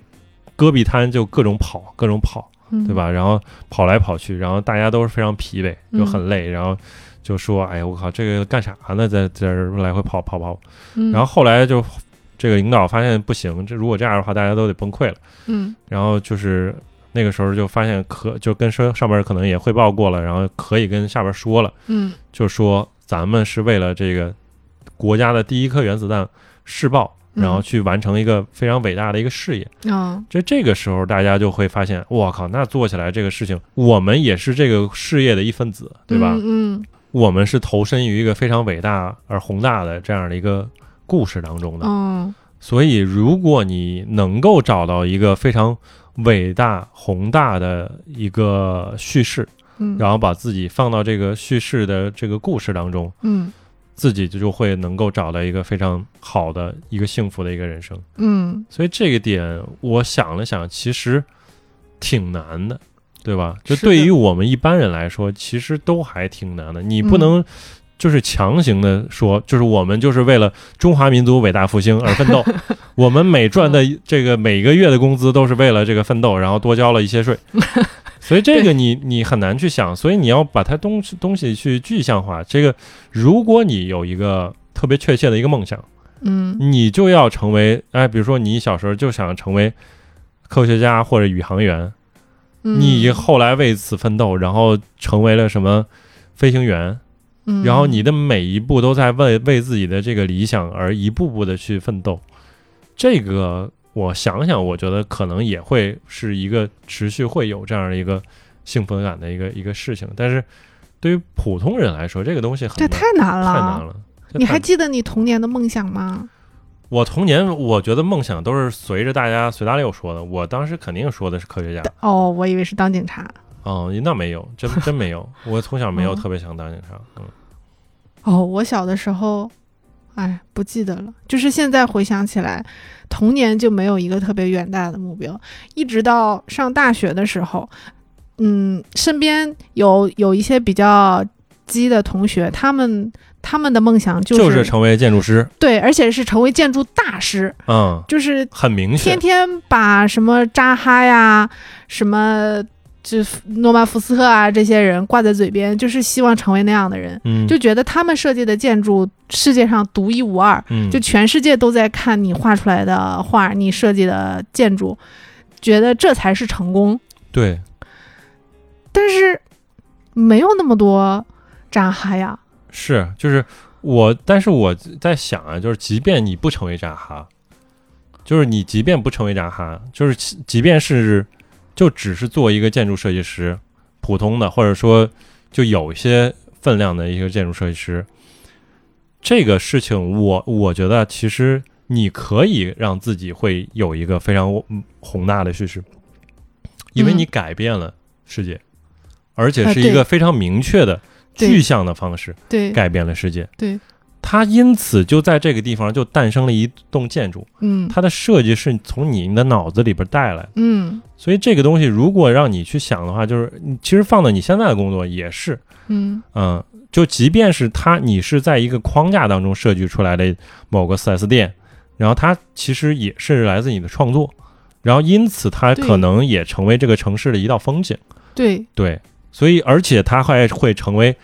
Speaker 1: 戈壁滩就各种跑，各种跑，
Speaker 2: 嗯，
Speaker 1: 对？吧？然后跑来跑去，然后大家都是非常疲惫，
Speaker 2: 嗯
Speaker 1: 就很累，然后就说：“哎呀，我靠，这个干啥呢？在在这儿来回跑跑跑。”
Speaker 2: 嗯，
Speaker 1: 然后后来就这个领导发现不行，这如果这样的话，大家都得崩溃了。
Speaker 2: 嗯
Speaker 1: 然后就是那个时候就发现可就跟上上边可能也汇报过了，然后可以跟下边说了，
Speaker 2: 嗯
Speaker 1: 就说咱们是为了这个国家的第一颗原子弹试爆，
Speaker 2: 嗯
Speaker 1: 然后去完成一个非常伟大的一个事业。
Speaker 2: 啊
Speaker 1: 这这个时候大家就会发现，我靠，那做起来这个事情，我们也是这个事业的一份子，对吧？
Speaker 2: 嗯
Speaker 1: 我们是投身于一个非常伟大而宏大的这样的一个故事当中的。
Speaker 2: 嗯
Speaker 1: 所以，如果你能够找到一个非常伟大宏大的一个叙事，
Speaker 2: 嗯，
Speaker 1: 然后把自己放到这个叙事的这个故事当中，
Speaker 2: 嗯
Speaker 1: 自己就就会能够找到一个非常好的一个幸福的一个人生。
Speaker 2: 嗯
Speaker 1: 所以这个点，我想了想，其实挺难的，对吧？就是
Speaker 2: 的
Speaker 1: 对于我们一般人来说，其实都还挺难的。你不
Speaker 2: 嗯
Speaker 1: 能就是强行的说，就是我们就是为了中华民族伟大复兴而奋 斗，我们每赚的这个每个月的工资都是为了这个奋斗，然后多交了一些 税。所以这个你你很难去想，所以你要把它东西东西去具象化。这个，如果你有一个特别确切的一个梦想，
Speaker 2: 嗯
Speaker 1: 你就要成为，哎，比如说你小时候就想成为科学家或者宇航员，
Speaker 2: 嗯，
Speaker 1: 你后来为此奋斗，然后成为了什么飞行员，
Speaker 2: 嗯，
Speaker 1: 然后你的每一步都在为为自己的这个理想而一步步的去奋斗，这个我想想，我觉得可能也会是一个持续会有这样的一个幸福感的一个一个事情，但是对于普通人来说，这个东西很
Speaker 2: 这
Speaker 1: 难
Speaker 2: 太难了，
Speaker 1: 太难了。这
Speaker 2: 你
Speaker 1: 太
Speaker 2: 还记得你童年的梦想吗？
Speaker 1: 我童年，我觉得梦想都是随着大家随大流说的。我当时肯定说的是科学家，
Speaker 2: 哦，我以为是当警察。
Speaker 1: 哦，那没有， 真真没有。我从小没有特别想当警察，嗯
Speaker 2: 哦，我小的时候，哎，不记得了。就是现在回想起来，童年就没有一个特别远大的目标，一直到上大学的时候，嗯，身边有有一些比较鸡的同学，他们他们的梦想就是
Speaker 1: 就是成为建筑师，
Speaker 2: 对，而且是成为建筑大师，
Speaker 1: 嗯，
Speaker 2: 就是
Speaker 1: 很明确
Speaker 2: 天，天把什么扎哈呀、什么就诺曼福斯特啊这些人挂在嘴边，就是希望成为那样的人，
Speaker 1: 嗯，
Speaker 2: 就觉得他们设计的建筑世界上独一无二，
Speaker 1: 嗯，
Speaker 2: 就全世界都在看你画出来的画，你设计的建筑，觉得这才是成功。
Speaker 1: 对，
Speaker 2: 但是没有那么多扎哈呀，
Speaker 1: 是就是我，但是我在想啊，就是即便你不成为扎哈，就是你即便不成为扎哈，就是其即便是就只是做一个建筑设计师，普通的或者说就有一些分量的一个建筑设计师，这个事情我我觉得其实你可以让自己会有一个非常嗯宏大的叙事，因为
Speaker 2: 嗯
Speaker 1: 你改变了世界，而且
Speaker 2: 啊
Speaker 1: 是一
Speaker 2: 对
Speaker 1: 个非常明确的。
Speaker 2: 对
Speaker 1: 具象的方式
Speaker 2: 对，
Speaker 1: 改变了世界。
Speaker 2: 对，
Speaker 1: 它因此就在这个地方就诞生了一栋建筑，
Speaker 2: 嗯
Speaker 1: 它的设计是从你的脑子里边带来的。
Speaker 2: 嗯
Speaker 1: 所以这个东西如果让你去想的话，就是你其实放到你现在的工作也是，
Speaker 2: 嗯
Speaker 1: 嗯，就即便是它你是在一个框架当中设计出来的某个 4S 店，然后它其实也是来自你的创作，然后因此它
Speaker 2: 对
Speaker 1: 可能也成为这个城市的一道风景。
Speaker 2: 对，
Speaker 1: 对，所以而且他还会成为，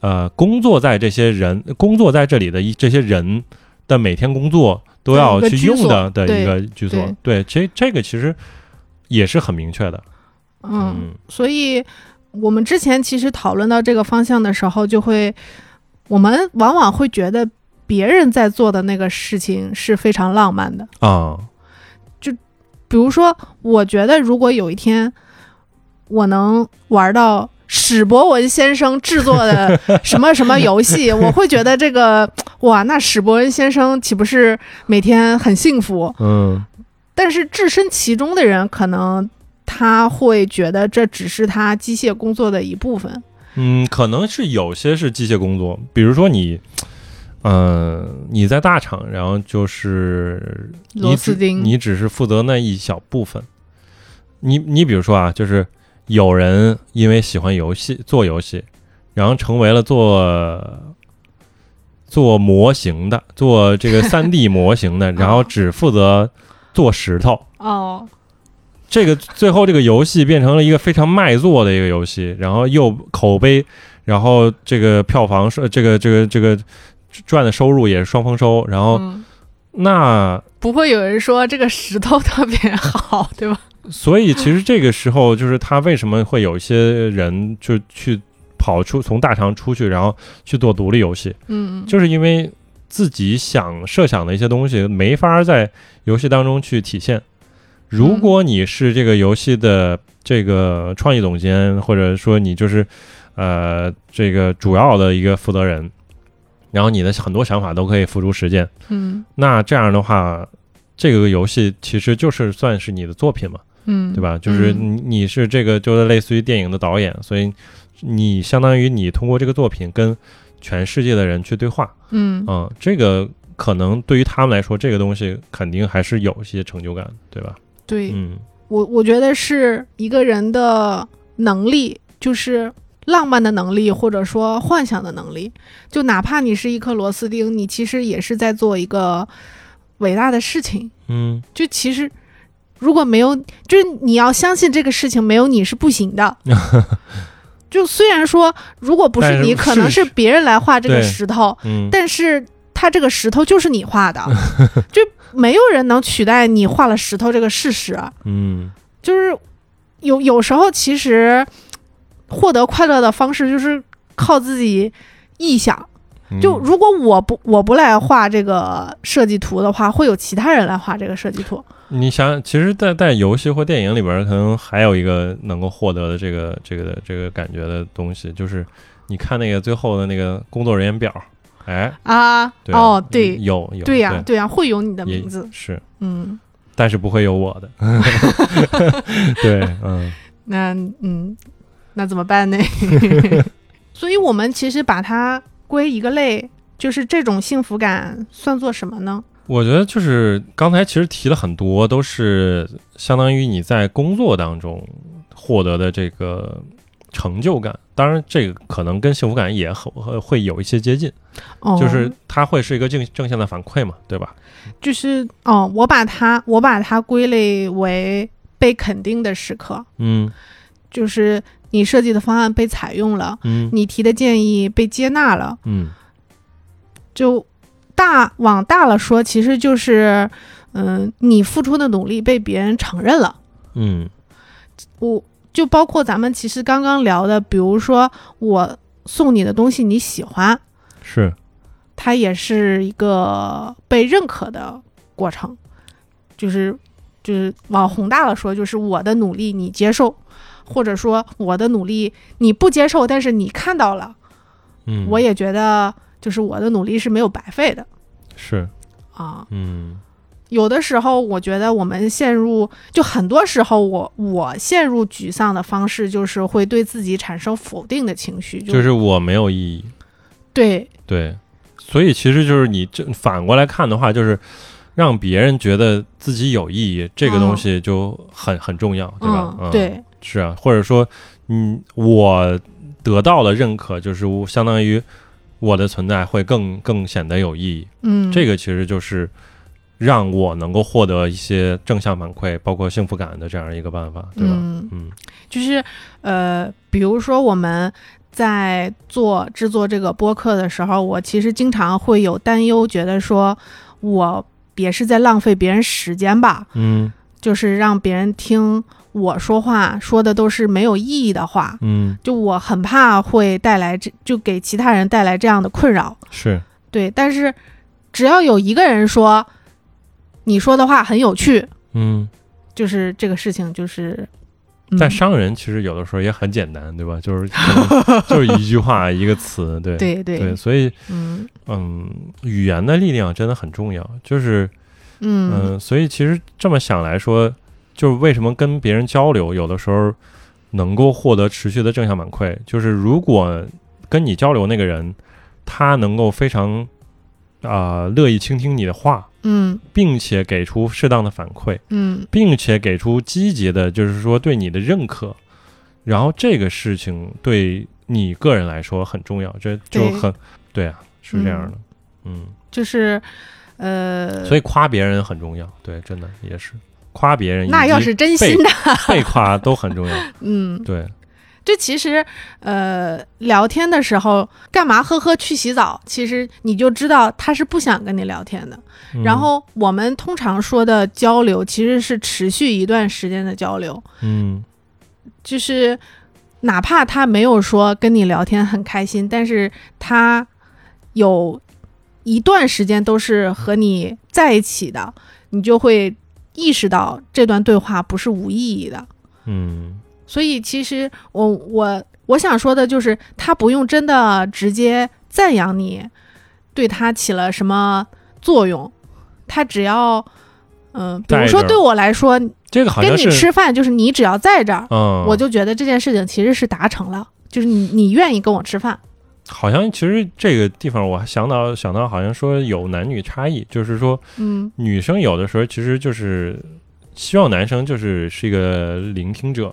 Speaker 1: 呃，工作在这些人工作在这里的一这些人的每天工作都要
Speaker 2: 的一个
Speaker 1: 去
Speaker 2: 居
Speaker 1: 用
Speaker 2: 所
Speaker 1: 的的一
Speaker 2: 对
Speaker 1: 个居所。对，这这个其实也是很明确的。嗯
Speaker 2: 嗯所以我们之前其实讨论到这个方向的时候，就会我们往往会觉得别人在做的那个事情是非常浪漫的。
Speaker 1: 啊，
Speaker 2: 比如说，我觉得如果有一天我能玩到史博文先生制作的什么什么游 戏，我会觉得这个哇，那史博文先生岂不是每天很幸福？
Speaker 1: 嗯
Speaker 2: 但是置身其中的人，可能他会觉得这只是他机械工作的一部分。
Speaker 1: 嗯，可能是有些是机械工作，比如说你，呃，你在大厂，然后就是
Speaker 2: 螺丝钉
Speaker 1: 你只你只是负责那一小部分。你你比如说啊，就是有人因为喜欢游戏做游戏，然后成为了做做模型的，做这个三 D 模型的，然后只负责做石头。
Speaker 2: 哦，
Speaker 1: 这个最后这个游戏变成了一个非常卖座的一个游戏，然后又口碑，然后这个票房是这个这个这个赚的收入也是双丰收，然后
Speaker 2: 嗯，
Speaker 1: 那
Speaker 2: 不会有人说这个石头特别好，对吧？
Speaker 1: 所以其实这个时候就是他为什么会有一些人就去跑出从大厂出去，然后去做独立游戏，
Speaker 2: 嗯，
Speaker 1: 就是因为自己想设想的一些东西没法在游戏当中去体现。如果你是这个游戏的这个创意总监，或者说你就是呃这个主要的一个负责人，然后你的很多想法都可以付诸实践，
Speaker 2: 嗯
Speaker 1: 那这样的话，这个游戏其实就是算是你的作品嘛。
Speaker 2: 嗯，
Speaker 1: 对吧？就是
Speaker 2: 嗯
Speaker 1: 你你是这个，就是类似于电影的导演，所以你相当于你通过这个作品跟全世界的人去对话，
Speaker 2: 嗯，
Speaker 1: 嗯，这个可能对于他们来说，这个东西肯定还是有一些成就感，对吧？
Speaker 2: 对，
Speaker 1: 嗯
Speaker 2: 我我觉得是一个人的能力，就是浪漫的能力，或者说幻想的能力。就哪怕你是一颗螺丝钉，你其实也是在做一个伟大的事情。
Speaker 1: 嗯，
Speaker 2: 就其实如果没有，就是你要相信这个事情没有你是不 行的。就虽然说，如果不
Speaker 1: 但
Speaker 2: 是
Speaker 1: 是
Speaker 2: 你，可能是
Speaker 1: 是
Speaker 2: 别人来画这个
Speaker 1: 对
Speaker 2: 石头，
Speaker 1: 嗯，
Speaker 2: 但是它这个石头就是你画 的，就没有人能取代你画了石头这个事实。啊
Speaker 1: 嗯
Speaker 2: 就是有有时候其实获得快乐的方式就是靠自己臆想。
Speaker 1: 嗯
Speaker 2: 就如果我不我不来画这个设计图的话，会有其他人来画这个设计图。
Speaker 1: 你想，其实在，在游戏或电影里边儿，可能还有一个能够获得的这个这个这个感觉的东西，就是你看那个最后的那个工作人员表，哎，
Speaker 2: 啊，
Speaker 1: 对啊
Speaker 2: 哦，对，
Speaker 1: 有有
Speaker 2: 对呀、对呀、会有你的
Speaker 1: 也
Speaker 2: 名字，
Speaker 1: 是。
Speaker 2: 嗯，
Speaker 1: 但是不会有 我的。对，嗯
Speaker 2: 那嗯，那怎么办 呢？所以我们其实把它归一个类，就是这种幸福感算作什么呢？
Speaker 1: 我觉得就是刚才其实提了很多，都是相当于你在工作当中获得的这个成就感。当然，这个可能跟幸福感也很呃会有一些接近，
Speaker 2: 哦，
Speaker 1: 就是它会是一个正正向的反馈嘛，对吧？
Speaker 2: 就是哦，我把它我把它归类为被肯定的时刻，
Speaker 1: 嗯
Speaker 2: 就是你设计的方案被采用了，
Speaker 1: 嗯
Speaker 2: 你提的建议被接纳了。
Speaker 1: 嗯
Speaker 2: 就大往大了说，其实就是嗯、你付出的努力被别人承认了。
Speaker 1: 嗯
Speaker 2: 我就包括咱们其实刚刚聊的，比如说我送你的东西你喜欢，
Speaker 1: 是
Speaker 2: 它也是一个被认可的过程，就是就是往宏大了说，就是我的努力你接受，或者说我的努力你不接受，但是你看到了，
Speaker 1: 嗯，
Speaker 2: 我也觉得就是我的努力是没有白费的
Speaker 1: 是
Speaker 2: 啊。
Speaker 1: 嗯
Speaker 2: 有的时候，我觉得我们陷入，就很多时候我，我陷入沮丧的方式，就是会对自己产生否定的情绪，
Speaker 1: 就是我没有意义，
Speaker 2: 对，
Speaker 1: 对，所以其实就是你这反过来看的话，就是让别人觉得自己有意义，这个东西就很、很重要，对吧？嗯，
Speaker 2: 嗯，，对，
Speaker 1: 是啊，或者说，嗯，我得到了认可，就是我相当于我的存在会更更显得有意义。
Speaker 2: 嗯，
Speaker 1: 这个其实就是让我能够获得一些正向反馈，包括幸福感的这样一个办法，对吧？
Speaker 2: 嗯
Speaker 1: 嗯
Speaker 2: 就是呃，比如说我们在做制作这个播客的时候，我其实经常会有担忧，觉得说我也是在浪费别人时间吧，
Speaker 1: 嗯
Speaker 2: 就是让别人听我说话说的都是没有意义的话，
Speaker 1: 嗯，
Speaker 2: 就我很怕会带来这就给其他人带来这样的困扰。
Speaker 1: 是，
Speaker 2: 对，但是只要有一个人说你说的话很有趣，
Speaker 1: 嗯，
Speaker 2: 就是这个事情就是。嗯、
Speaker 1: 但伤人其实有的时候也很简单，对吧？就是可 能就是一句话一个词，对
Speaker 2: 对对
Speaker 1: 对，所以
Speaker 2: 嗯
Speaker 1: 嗯，语言的力量真的很重要，就是
Speaker 2: 嗯
Speaker 1: 嗯，所以其实这么想来说，就是为什么跟别人交流，有的时候能够获得持续的正向反馈，就是如果跟你交流那个人，他能够非常啊、呃乐意倾听你的话，
Speaker 2: 嗯
Speaker 1: 并且给出适当的反馈，
Speaker 2: 嗯
Speaker 1: 并且给出积极的，就是说对你的认可，然后这个事情对你个人来说很重要，这就
Speaker 2: 对
Speaker 1: 很对啊，是这样的，嗯。
Speaker 2: 就是呃，
Speaker 1: 所以夸别人很重要，对，真的也是夸别人以及
Speaker 2: 那要是真心的，
Speaker 1: 被夸都很重要，
Speaker 2: 嗯，
Speaker 1: 对，
Speaker 2: 这其实呃，聊天的时候干嘛呵呵去洗澡，其实你就知道他是不想跟你聊天的。
Speaker 1: 嗯
Speaker 2: 然后我们通常说的交流，其实是持续一段时间的交流，
Speaker 1: 嗯
Speaker 2: 就是哪怕他没有说跟你聊天很开心，但是他有一段时间都是和你在一起的，你就会意识到这段对话不是无意义的。
Speaker 1: 嗯
Speaker 2: 所以其实我我我想说的就是，他不用真的直接赞扬你对他起了什么作用，他只要嗯、比
Speaker 1: 在
Speaker 2: 如
Speaker 1: 这
Speaker 2: 说
Speaker 1: 儿
Speaker 2: 对我来说，跟
Speaker 1: 这个好像
Speaker 2: 你
Speaker 1: 是
Speaker 2: 吃饭就是你只要在这儿，
Speaker 1: 嗯，
Speaker 2: 我就觉得这件事情其实是达成了，就是你你愿意跟我吃饭，
Speaker 1: 好像其实这个地方我还想到想到好像说有男女差异，就是说
Speaker 2: 嗯
Speaker 1: 女生有的时候其实就是希望男生就是是一个聆听者，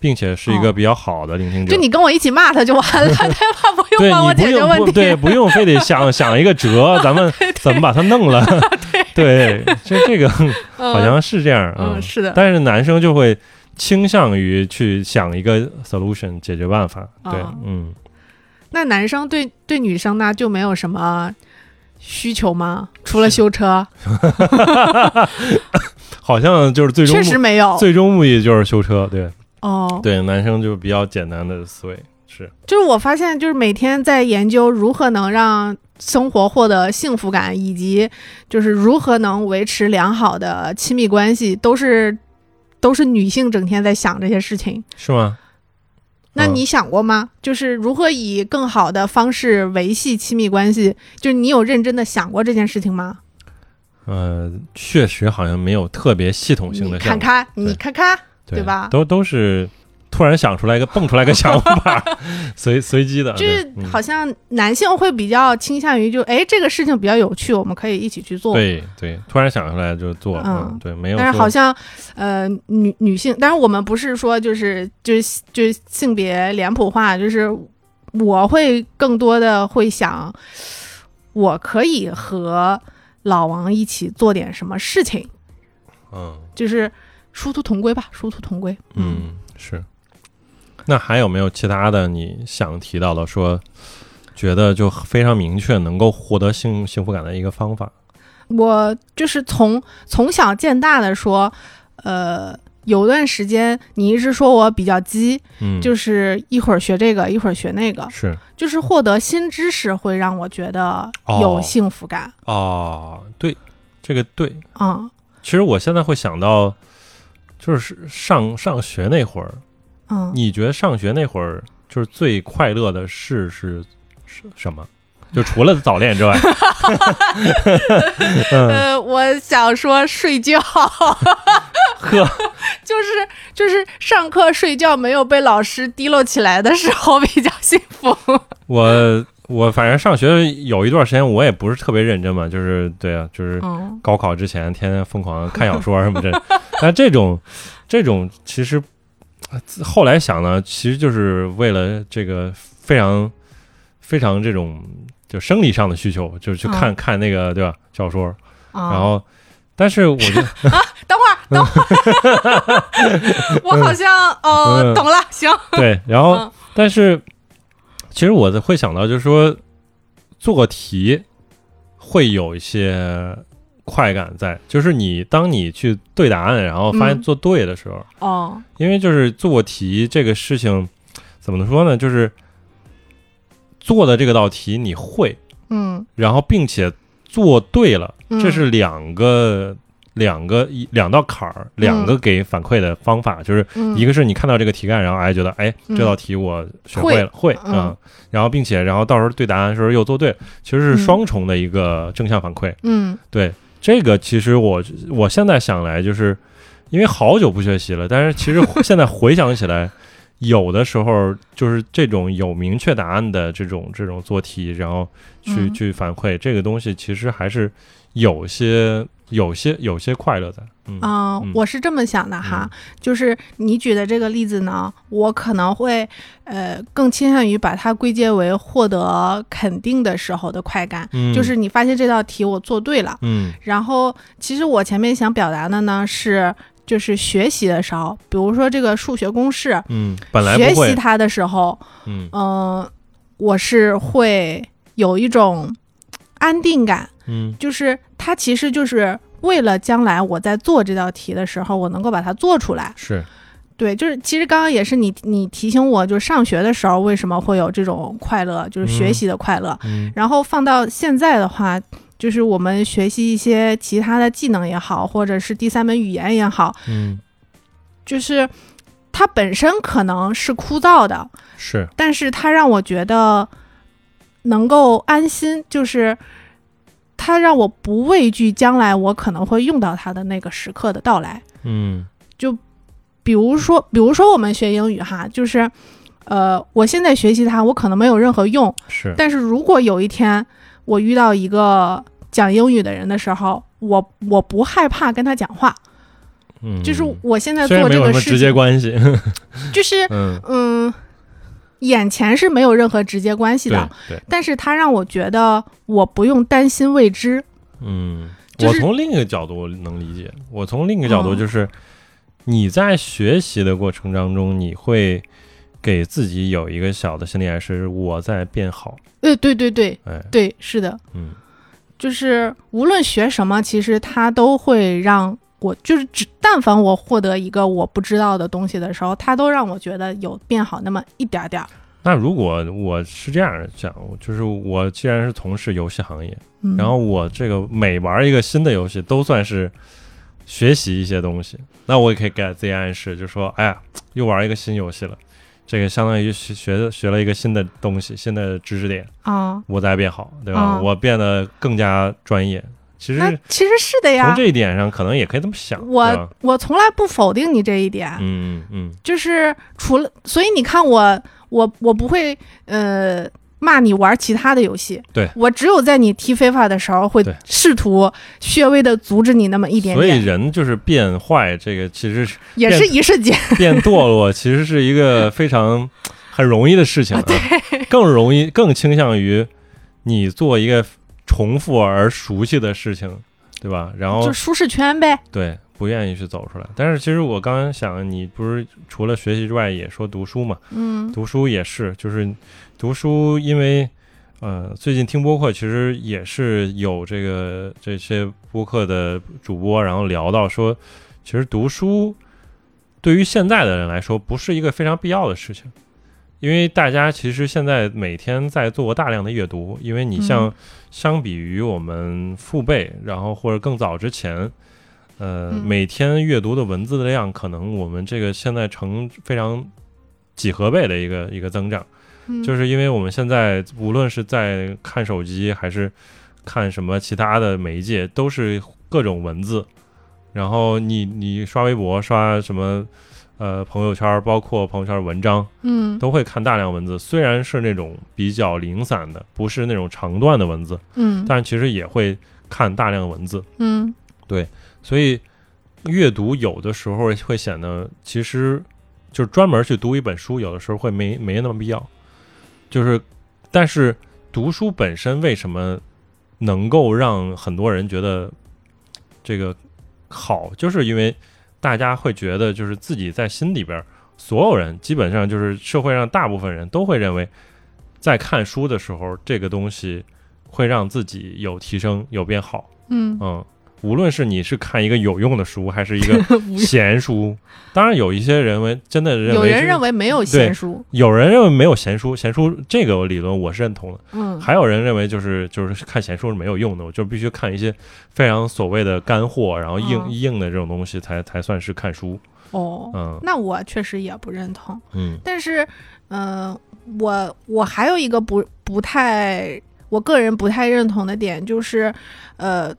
Speaker 1: 并且是一个
Speaker 2: 哦
Speaker 1: 比较好的聆听者。
Speaker 2: 就你跟我一起骂他 就完了，对吧？不
Speaker 1: 对
Speaker 2: 用帮我
Speaker 1: 你
Speaker 2: 解
Speaker 1: 不
Speaker 2: 决
Speaker 1: 用
Speaker 2: 问
Speaker 1: 不
Speaker 2: 题，
Speaker 1: 对，不用非得 想想一个辙，咱们怎么把它弄了？对，这这个好
Speaker 2: 嗯
Speaker 1: 像是这样啊
Speaker 2: 嗯。是的，
Speaker 1: 但是男生就会倾向于去想一个 solution 解决办法。对
Speaker 2: 啊，
Speaker 1: 嗯，
Speaker 2: 那男生对对女生呢就没有什么需求吗？除了修车，
Speaker 1: 好像就是最终
Speaker 2: 确
Speaker 1: 目
Speaker 2: 实没有
Speaker 1: 最终目的就是修车。对
Speaker 2: 哦。
Speaker 1: 对，男生就比较简单的思维是，
Speaker 2: 就是我发现，就是每天在研究如何能让生活获得幸福感，以及就是如何能维持良好的亲密关系，都是都是女性整天在想这些事情。
Speaker 1: 是吗？
Speaker 2: 那
Speaker 1: 嗯
Speaker 2: 你想过吗？就是如何以更好的方式维系亲密关系？就是你有认真的想过这件事情吗？
Speaker 1: 呃，确实好像没有特别系统性
Speaker 2: 你
Speaker 1: 的
Speaker 2: 看
Speaker 1: 想法，
Speaker 2: 看，
Speaker 1: 对啊
Speaker 2: 你看看，
Speaker 1: 对
Speaker 2: 对吧
Speaker 1: 都都是突然想出来一个蹦出来一个想法，随随机的，
Speaker 2: 就
Speaker 1: 对
Speaker 2: 是
Speaker 1: 嗯
Speaker 2: 好像男性会比较倾向于就哎这个事情比较有趣，我们可以一起去做。
Speaker 1: 对对，突然想出来就做，
Speaker 2: 嗯
Speaker 1: 嗯，对，没有说，
Speaker 2: 但是好像，呃，女女性，但是我们不是说就是就是就是性别脸谱化，就是我会更多的会想，我可以和老王一起做点什么事情，
Speaker 1: 嗯
Speaker 2: 就是殊途同归吧，殊途同归。
Speaker 1: 嗯是。那还有没有其他的你想提到的说？觉得就非常明确，能够获得幸幸福感的一个方法。
Speaker 2: 嗯我就是从从小见大的说，呃，有段时间你一直说我比较鸡，
Speaker 1: 嗯，
Speaker 2: 就是一会儿学这个，一会儿学那个，
Speaker 1: 是
Speaker 2: 就是获得新知识会让我觉得有幸福感
Speaker 1: 哦，对，这个对。
Speaker 2: 啊、
Speaker 1: 其实我现在会想到，就是上上学那会儿，
Speaker 2: 嗯
Speaker 1: 你觉得上学那会儿就是最快乐的事是是什么？就除了早恋之外，嗯，
Speaker 2: 呃，我想说睡 觉，
Speaker 1: 呵，
Speaker 2: 就是就是上课睡觉没有被老师提溜起来的时候比较幸福。
Speaker 1: 我我反正上学有一段时间，我也不是特别认真嘛，就是对啊，就是
Speaker 2: 嗯
Speaker 1: 高考之前天天疯狂看小说什么这， 但这种这种其实呃后来想呢，其实就是为了这个非常非常这种就生理上的需求，就是去看、看那个对吧小说，
Speaker 2: 啊，
Speaker 1: 然后但是我 觉得
Speaker 2: 等会儿，等会 儿，我好像哦、
Speaker 1: 嗯
Speaker 2: 懂了，行，
Speaker 1: 对，然后、
Speaker 2: 嗯
Speaker 1: 但是其实我会想到就是说做题会有一些快感在，就是你当你去对答案，然后发现
Speaker 2: 嗯
Speaker 1: 做对的时候，
Speaker 2: 哦，
Speaker 1: 因为就是做题这个事情，怎么说呢？就是做的这个道题你会，
Speaker 2: 嗯，
Speaker 1: 然后并且做对了，
Speaker 2: 嗯
Speaker 1: 这是两个两个一两道坎儿，两个给反馈的方法，就是
Speaker 2: 嗯
Speaker 1: 一个是你看到这个题干，然后哎觉得哎
Speaker 2: 嗯
Speaker 1: 这道题我学会了会
Speaker 2: 嗯
Speaker 1: 啊，然后并且然后到时候对答案的时候又做对了，其实是
Speaker 2: 嗯
Speaker 1: 双重的一个正向反馈。
Speaker 2: 嗯
Speaker 1: 对这个，其实我我现在想来，就是因为好久不学习了，但是其实现在回 想起来，有的时候就是这种有明确答案的这种这种做题，然后去、
Speaker 2: 嗯
Speaker 1: 去反馈这个东西，其实还是有些有些有些快乐的。嗯，
Speaker 2: 啊、
Speaker 1: 嗯
Speaker 2: 我是这么想的哈，嗯就是你举的这个例子呢，我可能会呃更倾向于把它归结为获得肯定的时候的快感，
Speaker 1: 嗯
Speaker 2: 就是你发现这道题我做对了，
Speaker 1: 嗯
Speaker 2: 然后其实我前面想表达的呢是。就是学习的时候，比如说这个数学公式，
Speaker 1: 嗯，本来
Speaker 2: 学
Speaker 1: 不
Speaker 2: 习
Speaker 1: 会，
Speaker 2: 它的时候，
Speaker 1: 嗯
Speaker 2: 嗯、我是会有一种安定感，
Speaker 1: 嗯
Speaker 2: 就是它其实就是为了将来我在做这道题的时候，我能够把它做出来。
Speaker 1: 是
Speaker 2: 对，就是其实刚刚也是你你提醒我，就是上学的时候为什么会有这种快乐，就是学习的快乐。
Speaker 1: 嗯
Speaker 2: 然后放到现在的话，就是我们学习一些其他的技能也好，或者是第三门语言也好，
Speaker 1: 嗯
Speaker 2: 就是它本身可能是枯燥的，
Speaker 1: 是
Speaker 2: 但是它让我觉得能够安心，就是它让我不畏惧将来我可能会用到它的那个时刻的到来。
Speaker 1: 嗯
Speaker 2: 比如说，比如说我们学英语哈，就是呃，我现在学习它，我可能没有任何用，
Speaker 1: 是
Speaker 2: 但是如果有一天我遇到一个讲英语的人的时候，我我不害怕跟他讲话，
Speaker 1: 嗯，
Speaker 2: 就是我现在
Speaker 1: 虽
Speaker 2: 做
Speaker 1: 然没
Speaker 2: 这
Speaker 1: 有
Speaker 2: 个
Speaker 1: 什么
Speaker 2: 事
Speaker 1: 直接
Speaker 2: 情，
Speaker 1: 关系，
Speaker 2: 就是
Speaker 1: 嗯，
Speaker 2: 嗯，眼前是没有任何直接关系
Speaker 1: 对
Speaker 2: 的，
Speaker 1: 对，
Speaker 2: 但是它让我觉得我不用担心未知。
Speaker 1: 嗯，
Speaker 2: 就
Speaker 1: 我
Speaker 2: 是
Speaker 1: 从另一个角度能理解。我从另一个角度
Speaker 2: 嗯
Speaker 1: 就是，你在学习的过程当中，你会给自己有一个小的心理暗示：我在变好。
Speaker 2: 呃，对对对
Speaker 1: 哎，
Speaker 2: 对，是的，
Speaker 1: 嗯
Speaker 2: 就是无论学什么，其实它都会让我，就是只但凡我获得一个我不知道的东西的时候，它都让我觉得有变好那么一点儿点儿。
Speaker 1: 那如果我是这样想，就是我既然是从事游戏行业，
Speaker 2: 嗯，
Speaker 1: 然后我这个每玩一个新的游戏，都算是学习一些东西。那我也可以给自己暗示，就说：“哎呀，又玩一个新游戏了。”这个相当于学学学了一个新的东西，新的知识点。
Speaker 2: 啊、
Speaker 1: 我在变好，对吧？
Speaker 2: 嗯
Speaker 1: 我变得更加专业。其实
Speaker 2: 那其实是的
Speaker 1: 从
Speaker 2: 呀
Speaker 1: 这。一点上，可能也可以这么想。对
Speaker 2: 我
Speaker 1: 吧
Speaker 2: 我从来不否定你这一点，
Speaker 1: 嗯嗯
Speaker 2: 就是除了，所以你看我，我我不会呃骂你玩其他的游戏，
Speaker 1: 对
Speaker 2: 我只有在你踢非法的时候会
Speaker 1: 对
Speaker 2: 试图略微的阻止你那么
Speaker 1: 嗯，
Speaker 2: 一点
Speaker 1: 所以
Speaker 2: 点，
Speaker 1: 人就是变坏，这个其实是
Speaker 2: 也是一瞬间，
Speaker 1: 变堕 落，其实是一个非常很容易的事情、啊，更容易更倾向于你做一个重复而熟悉的事情，对吧？然后
Speaker 2: 就舒适圈呗，
Speaker 1: 对不愿意去走出来。但是其实我刚刚想，你不是除了学习之外，也说读书嘛？
Speaker 2: 嗯
Speaker 1: 读书也是，就是读书，因为呃，最近听播客其实也是有这个这些播客的主播，然后聊到说，其实读书对于现在的人来说不是一个非常必要的事情，因为大家其实现在每天在做大量的阅读，因为你像、
Speaker 2: 嗯
Speaker 1: 相比于我们父辈，然后或者更早之前。呃，
Speaker 2: 嗯
Speaker 1: 每天阅读的文字的量，可能我们这个现在成非常几何倍的一个一个增长，
Speaker 2: 嗯，
Speaker 1: 就是因为我们现在无论是在看手机还是看什么其他的媒介，都是各种文字，然后你你刷微博刷什么。呃，朋友圈包括朋友圈文章
Speaker 2: 嗯
Speaker 1: 都会看大量文字，虽然是那种比较零散的，不是那种长段的文字，
Speaker 2: 嗯
Speaker 1: 但其实也会看大量文字。
Speaker 2: 嗯
Speaker 1: 所以阅读有的时候会显得，其实就是专门去读一本书，有的时候会没没那么必要。就是，但是读书本身为什么能够让很多人觉得这个好，就是因为大家会觉得，就是自己在心里边儿，所有人基本上就是社会上大部分人都会认为，在看书的时候，这个东西会让自己有提升，有变好。
Speaker 2: 嗯
Speaker 1: 嗯，无论是你是看一个有用的书，还是 一个闲书，当然有一些人为真的认为
Speaker 2: 有人
Speaker 1: 是
Speaker 2: 认为没有
Speaker 1: 对
Speaker 2: 闲书，
Speaker 1: 有人认为没有闲书，闲书这个理论我是认同的。
Speaker 2: 嗯，
Speaker 1: 还有人认为就是就是看闲书是没有用的，我就必须看一些非常所谓的干货，然后硬、
Speaker 2: 嗯
Speaker 1: 硬的这种东西才才算是看书。
Speaker 2: 哦，
Speaker 1: 嗯
Speaker 2: 那我确实也不认同。
Speaker 1: 嗯
Speaker 2: 但是，嗯、我我还有一个不不太，我个人不太认同的点就是，呃，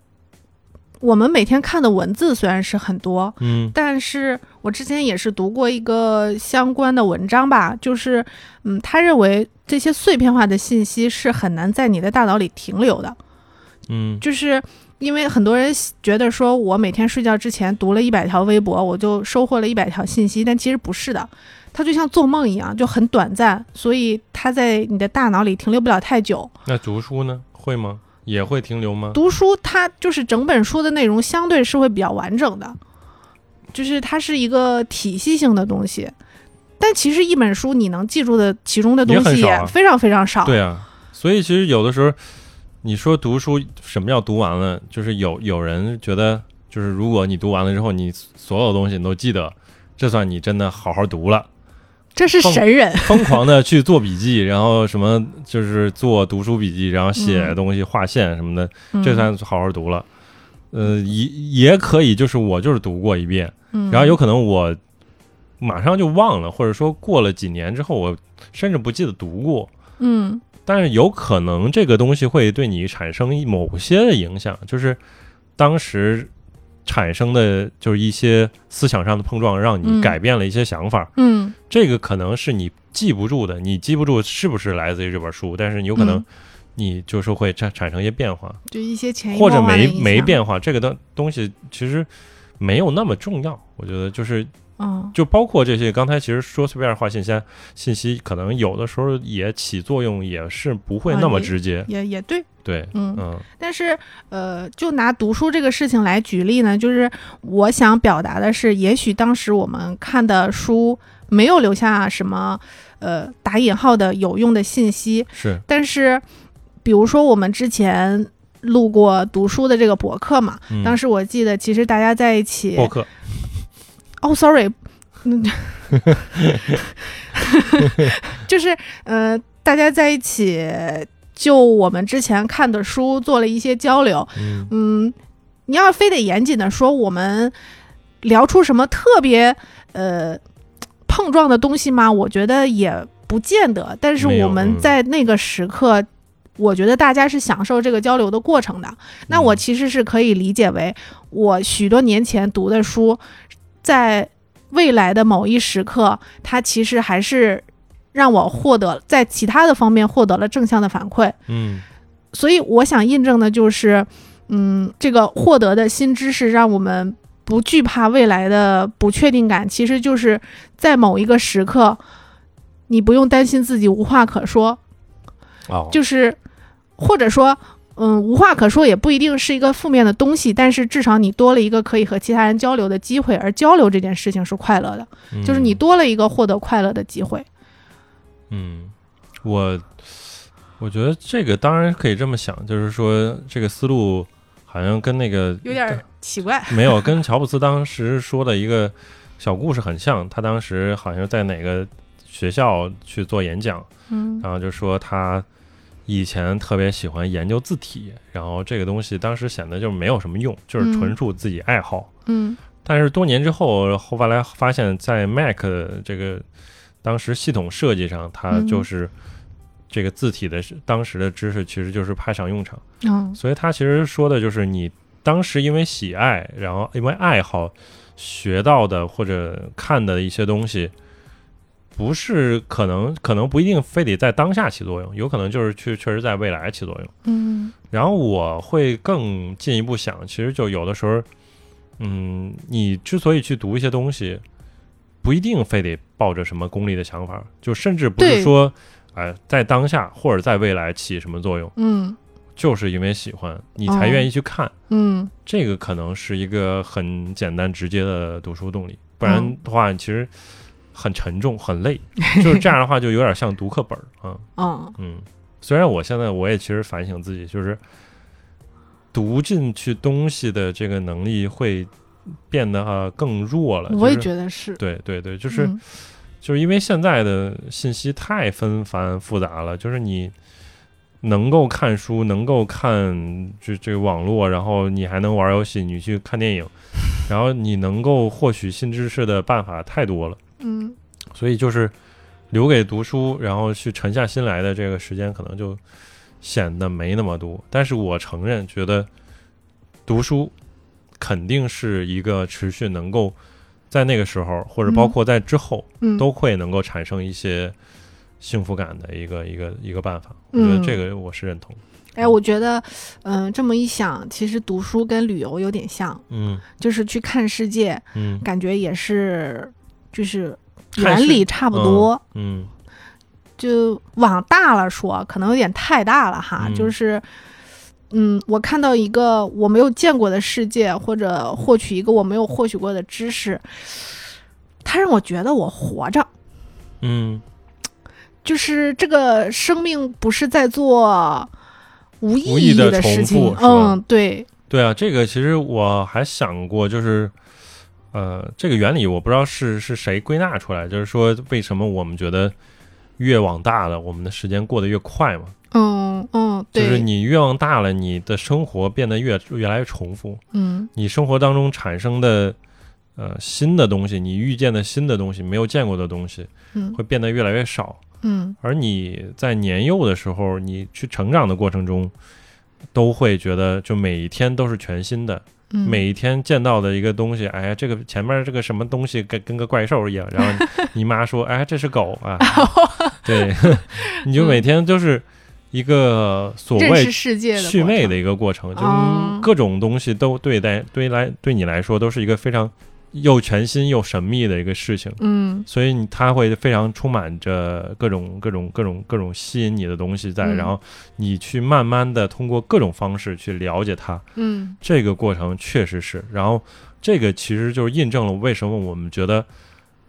Speaker 2: 我们每天看的文字虽然是很多，
Speaker 1: 嗯
Speaker 2: 但是我之前也是读过一个相关的文章吧，就是，嗯，他认为这些碎片化的信息是很难在你的大脑里停留的，
Speaker 1: 嗯
Speaker 2: 就是。因为很多人觉得说，我每天睡觉之前读了一百条微博，我就收获了一百条信息，但其实不是的，它就像做梦一样，就很短暂，所以它在你的大脑里停留不了太久。
Speaker 1: 那读书呢？会吗？也会停留吗？
Speaker 2: 读书它就是整本书的内容相对是会比较完整的，就是它是一个体系性的东西。但其实一本书你能记住的其中的东西
Speaker 1: 也很少
Speaker 2: 也
Speaker 1: 啊
Speaker 2: 非常非常少。
Speaker 1: 对啊，所以其实有的时候，你说读书什么叫读完了？就是有有人觉得，就是如果你读完了之后，你所有东西你都记得，这算你真的好好读了，
Speaker 2: 这是神人。
Speaker 1: 疯狂的去做笔记，然后什么就是做读书笔记，然后写
Speaker 2: 嗯
Speaker 1: 东西、划线什么的，
Speaker 2: 嗯
Speaker 1: 这算好好读了。呃，也也可以，就是我就是读过一遍，
Speaker 2: 嗯
Speaker 1: 然后有可能我马上就忘了，或者说过了几年之后，我甚至不记得读过。
Speaker 2: 嗯
Speaker 1: 但是有可能这个东西会对你产生一某些的影响，就是当时产生的就是一些思想上的碰撞，让你
Speaker 2: 嗯
Speaker 1: 改变了一些想法。
Speaker 2: 嗯
Speaker 1: 这个可能是你记不住的，你记不住是不是来自于这本书，但是你有可能
Speaker 2: 嗯
Speaker 1: 你就是会产产生一些变化，
Speaker 2: 就一些潜移
Speaker 1: 或者
Speaker 2: 默化的
Speaker 1: 没
Speaker 2: 影响
Speaker 1: 没。变化，这个东东西其实没有那么重要。我觉得就是
Speaker 2: 嗯
Speaker 1: 就包括这些，刚才其实说碎片化信息，信息可能有的时候也起作用，也是不会
Speaker 2: 啊
Speaker 1: 那么
Speaker 2: 也
Speaker 1: 直接。
Speaker 2: 也也对，
Speaker 1: 对，
Speaker 2: 嗯，
Speaker 1: 嗯
Speaker 2: 但是，呃，就拿读书这个事情来举例呢，就是我想表达的是，也许当时我们看的书没有留下什么，呃，打引号的有用的信息，
Speaker 1: 是，
Speaker 2: 但是，比如说我们之前录过读书的这个博客嘛，
Speaker 1: 嗯、
Speaker 2: 当时我记得，其实大家在一起，
Speaker 1: 播客，
Speaker 2: 哦，sorry，嗯， 就是呃，大家在一起就我们之前看的书做了一些交流。
Speaker 1: 嗯
Speaker 2: 嗯，你要非得严谨的说，我们聊出什么特别呃碰撞的东西吗？我觉得也不见得。但是
Speaker 1: 没有
Speaker 2: 我们
Speaker 1: 嗯
Speaker 2: 在那个时刻。我觉得大家是享受这个交流的过程的， 那我其实是可以理解为，我许多年前读的书，在未来的某一时刻，它其实还是让我获得在其他的方面获得了正向的反馈。
Speaker 1: 嗯
Speaker 2: 所以我想印证的就是，嗯，这个获得的新知识让我们不惧怕未来的不确定感，其实就是在某一个时刻，你不用担心自己无话可说，
Speaker 1: 哦，
Speaker 2: 就是或者说，嗯，无话可说也不一定是一个负面的东西，但是至少你多了一个可以和其他人交流的机会，而交流这件事情是快乐的，就是你多了一个获得快乐的机会。
Speaker 1: 嗯，嗯我我觉得这个当然可以这么想，就是说这个思路好像跟那个
Speaker 2: 奇怪，
Speaker 1: 没有跟乔布斯当时说的一个小故事很像，他当时好像在哪个学校去做演讲，
Speaker 2: 嗯
Speaker 1: 然后就说他以前特别喜欢研究字体，然后这个东西当时显得就没有什么用，就是纯
Speaker 2: 嗯
Speaker 1: 属自己爱好。
Speaker 2: 嗯
Speaker 1: 但是多年之后，后来发现，在 Mac 这个当时系统设计上，它
Speaker 2: 嗯
Speaker 1: 就是这个字体的当时的知识其实就是派上用场，
Speaker 2: 嗯
Speaker 1: 所以它其实说的就是你当时因为喜爱，然后因为爱好学到的或者看的一些东西，不是可能可能不一定非得在当下起作用，有可能就是去确实在未来起作用。
Speaker 2: 嗯
Speaker 1: 然后我会更进一步想，其实就有的时候，嗯，你之所以去读一些东西，不一定非得抱着什么功利的想法，就甚至不是
Speaker 2: 对
Speaker 1: 说，哎、在当下或者在未来起什么作用，
Speaker 2: 嗯
Speaker 1: 就是因为喜欢你才愿意去看。
Speaker 2: 嗯
Speaker 1: 这个可能是一个很简单直接的读书动力，不然的话，其实很沉重、很累。就是这样的话，就有点像读课本儿啊。
Speaker 2: 嗯
Speaker 1: 嗯，虽然我现在我也其实反省自己，就是读进去东西的这个能力会变得、啊、更弱了。
Speaker 2: 我也
Speaker 1: 就是
Speaker 2: 觉得是，
Speaker 1: 对对对，就是、
Speaker 2: 嗯
Speaker 1: 就是因为现在的信息太纷繁复杂了，就是你能够看书，能够看这这个网络，然后你还能玩游戏，你去看电影，然后你能够获取新知识的办法太多了，
Speaker 2: 嗯
Speaker 1: 所以就是留给读书，然后去沉下心来的这个时间，可能就显得没那么多。但是我承认，觉得读书肯定是一个持续能够在那个时候，或者包括在之后。
Speaker 2: 嗯，
Speaker 1: 都会能够产生一些幸福感的一个一个一个办法。我
Speaker 2: 嗯
Speaker 1: 觉得这个我是认同。
Speaker 2: 哎，我觉得，嗯、这么一想，其实读书跟旅游有点像，
Speaker 1: 嗯
Speaker 2: 就是去看世界，
Speaker 1: 嗯
Speaker 2: 感觉也是，就是
Speaker 1: 看
Speaker 2: 原
Speaker 1: 世
Speaker 2: 理差不多。
Speaker 1: 嗯
Speaker 2: 就往大了说，可能有点太大了哈。
Speaker 1: 嗯
Speaker 2: 就是，嗯，我看到一个我没有见过的世界，或者获取一个我没有获取过的知识，它让我觉得我活着。
Speaker 1: 嗯
Speaker 2: 就是这个生命不是在做无
Speaker 1: 无
Speaker 2: 意
Speaker 1: 意
Speaker 2: 义
Speaker 1: 的重
Speaker 2: 事
Speaker 1: 复
Speaker 2: 情，
Speaker 1: 是吧
Speaker 2: 嗯，对，
Speaker 1: 对啊，这个其实我还想过，就是呃，这个原理我不知道是是谁归纳出来，就是说为什么我们觉得越往大了，我们的时间过得越快嘛？
Speaker 2: 嗯嗯，
Speaker 1: 就
Speaker 2: 对，
Speaker 1: 是你越往大了，你的生活变得越越来越重复。
Speaker 2: 嗯
Speaker 1: 你生活当中产生的呃新的东西，你遇见的新的东西，没有见过的东西，
Speaker 2: 嗯
Speaker 1: 会变得越来越少。
Speaker 2: 嗯
Speaker 1: 而你在年幼的时候，你去成长的过程中，都会觉得就每一天都是全新的，
Speaker 2: 嗯，
Speaker 1: 每一天见到的一个东西，哎呀，这个前面这个什么东西跟跟个怪兽一样，然 后你你妈说，哎，这是狗啊，对，你就每天就是一个所
Speaker 2: 嗯 认
Speaker 1: 谓
Speaker 2: 识世界的
Speaker 1: 祛
Speaker 2: 过
Speaker 1: 魅
Speaker 2: 程
Speaker 1: 的一个过程，就
Speaker 2: 哦
Speaker 1: 各种东西都对待对来对你来说都是一个非常又全新又神秘的一个事情，
Speaker 2: 嗯
Speaker 1: 所以你它会非常充满着各种各种各种各种吸引你的东西在，
Speaker 2: 嗯
Speaker 1: 然后你去慢慢的通过各种方式去了解它，
Speaker 2: 嗯
Speaker 1: 这个过程确实是，然后这个其实就是印证了为什么我们觉得。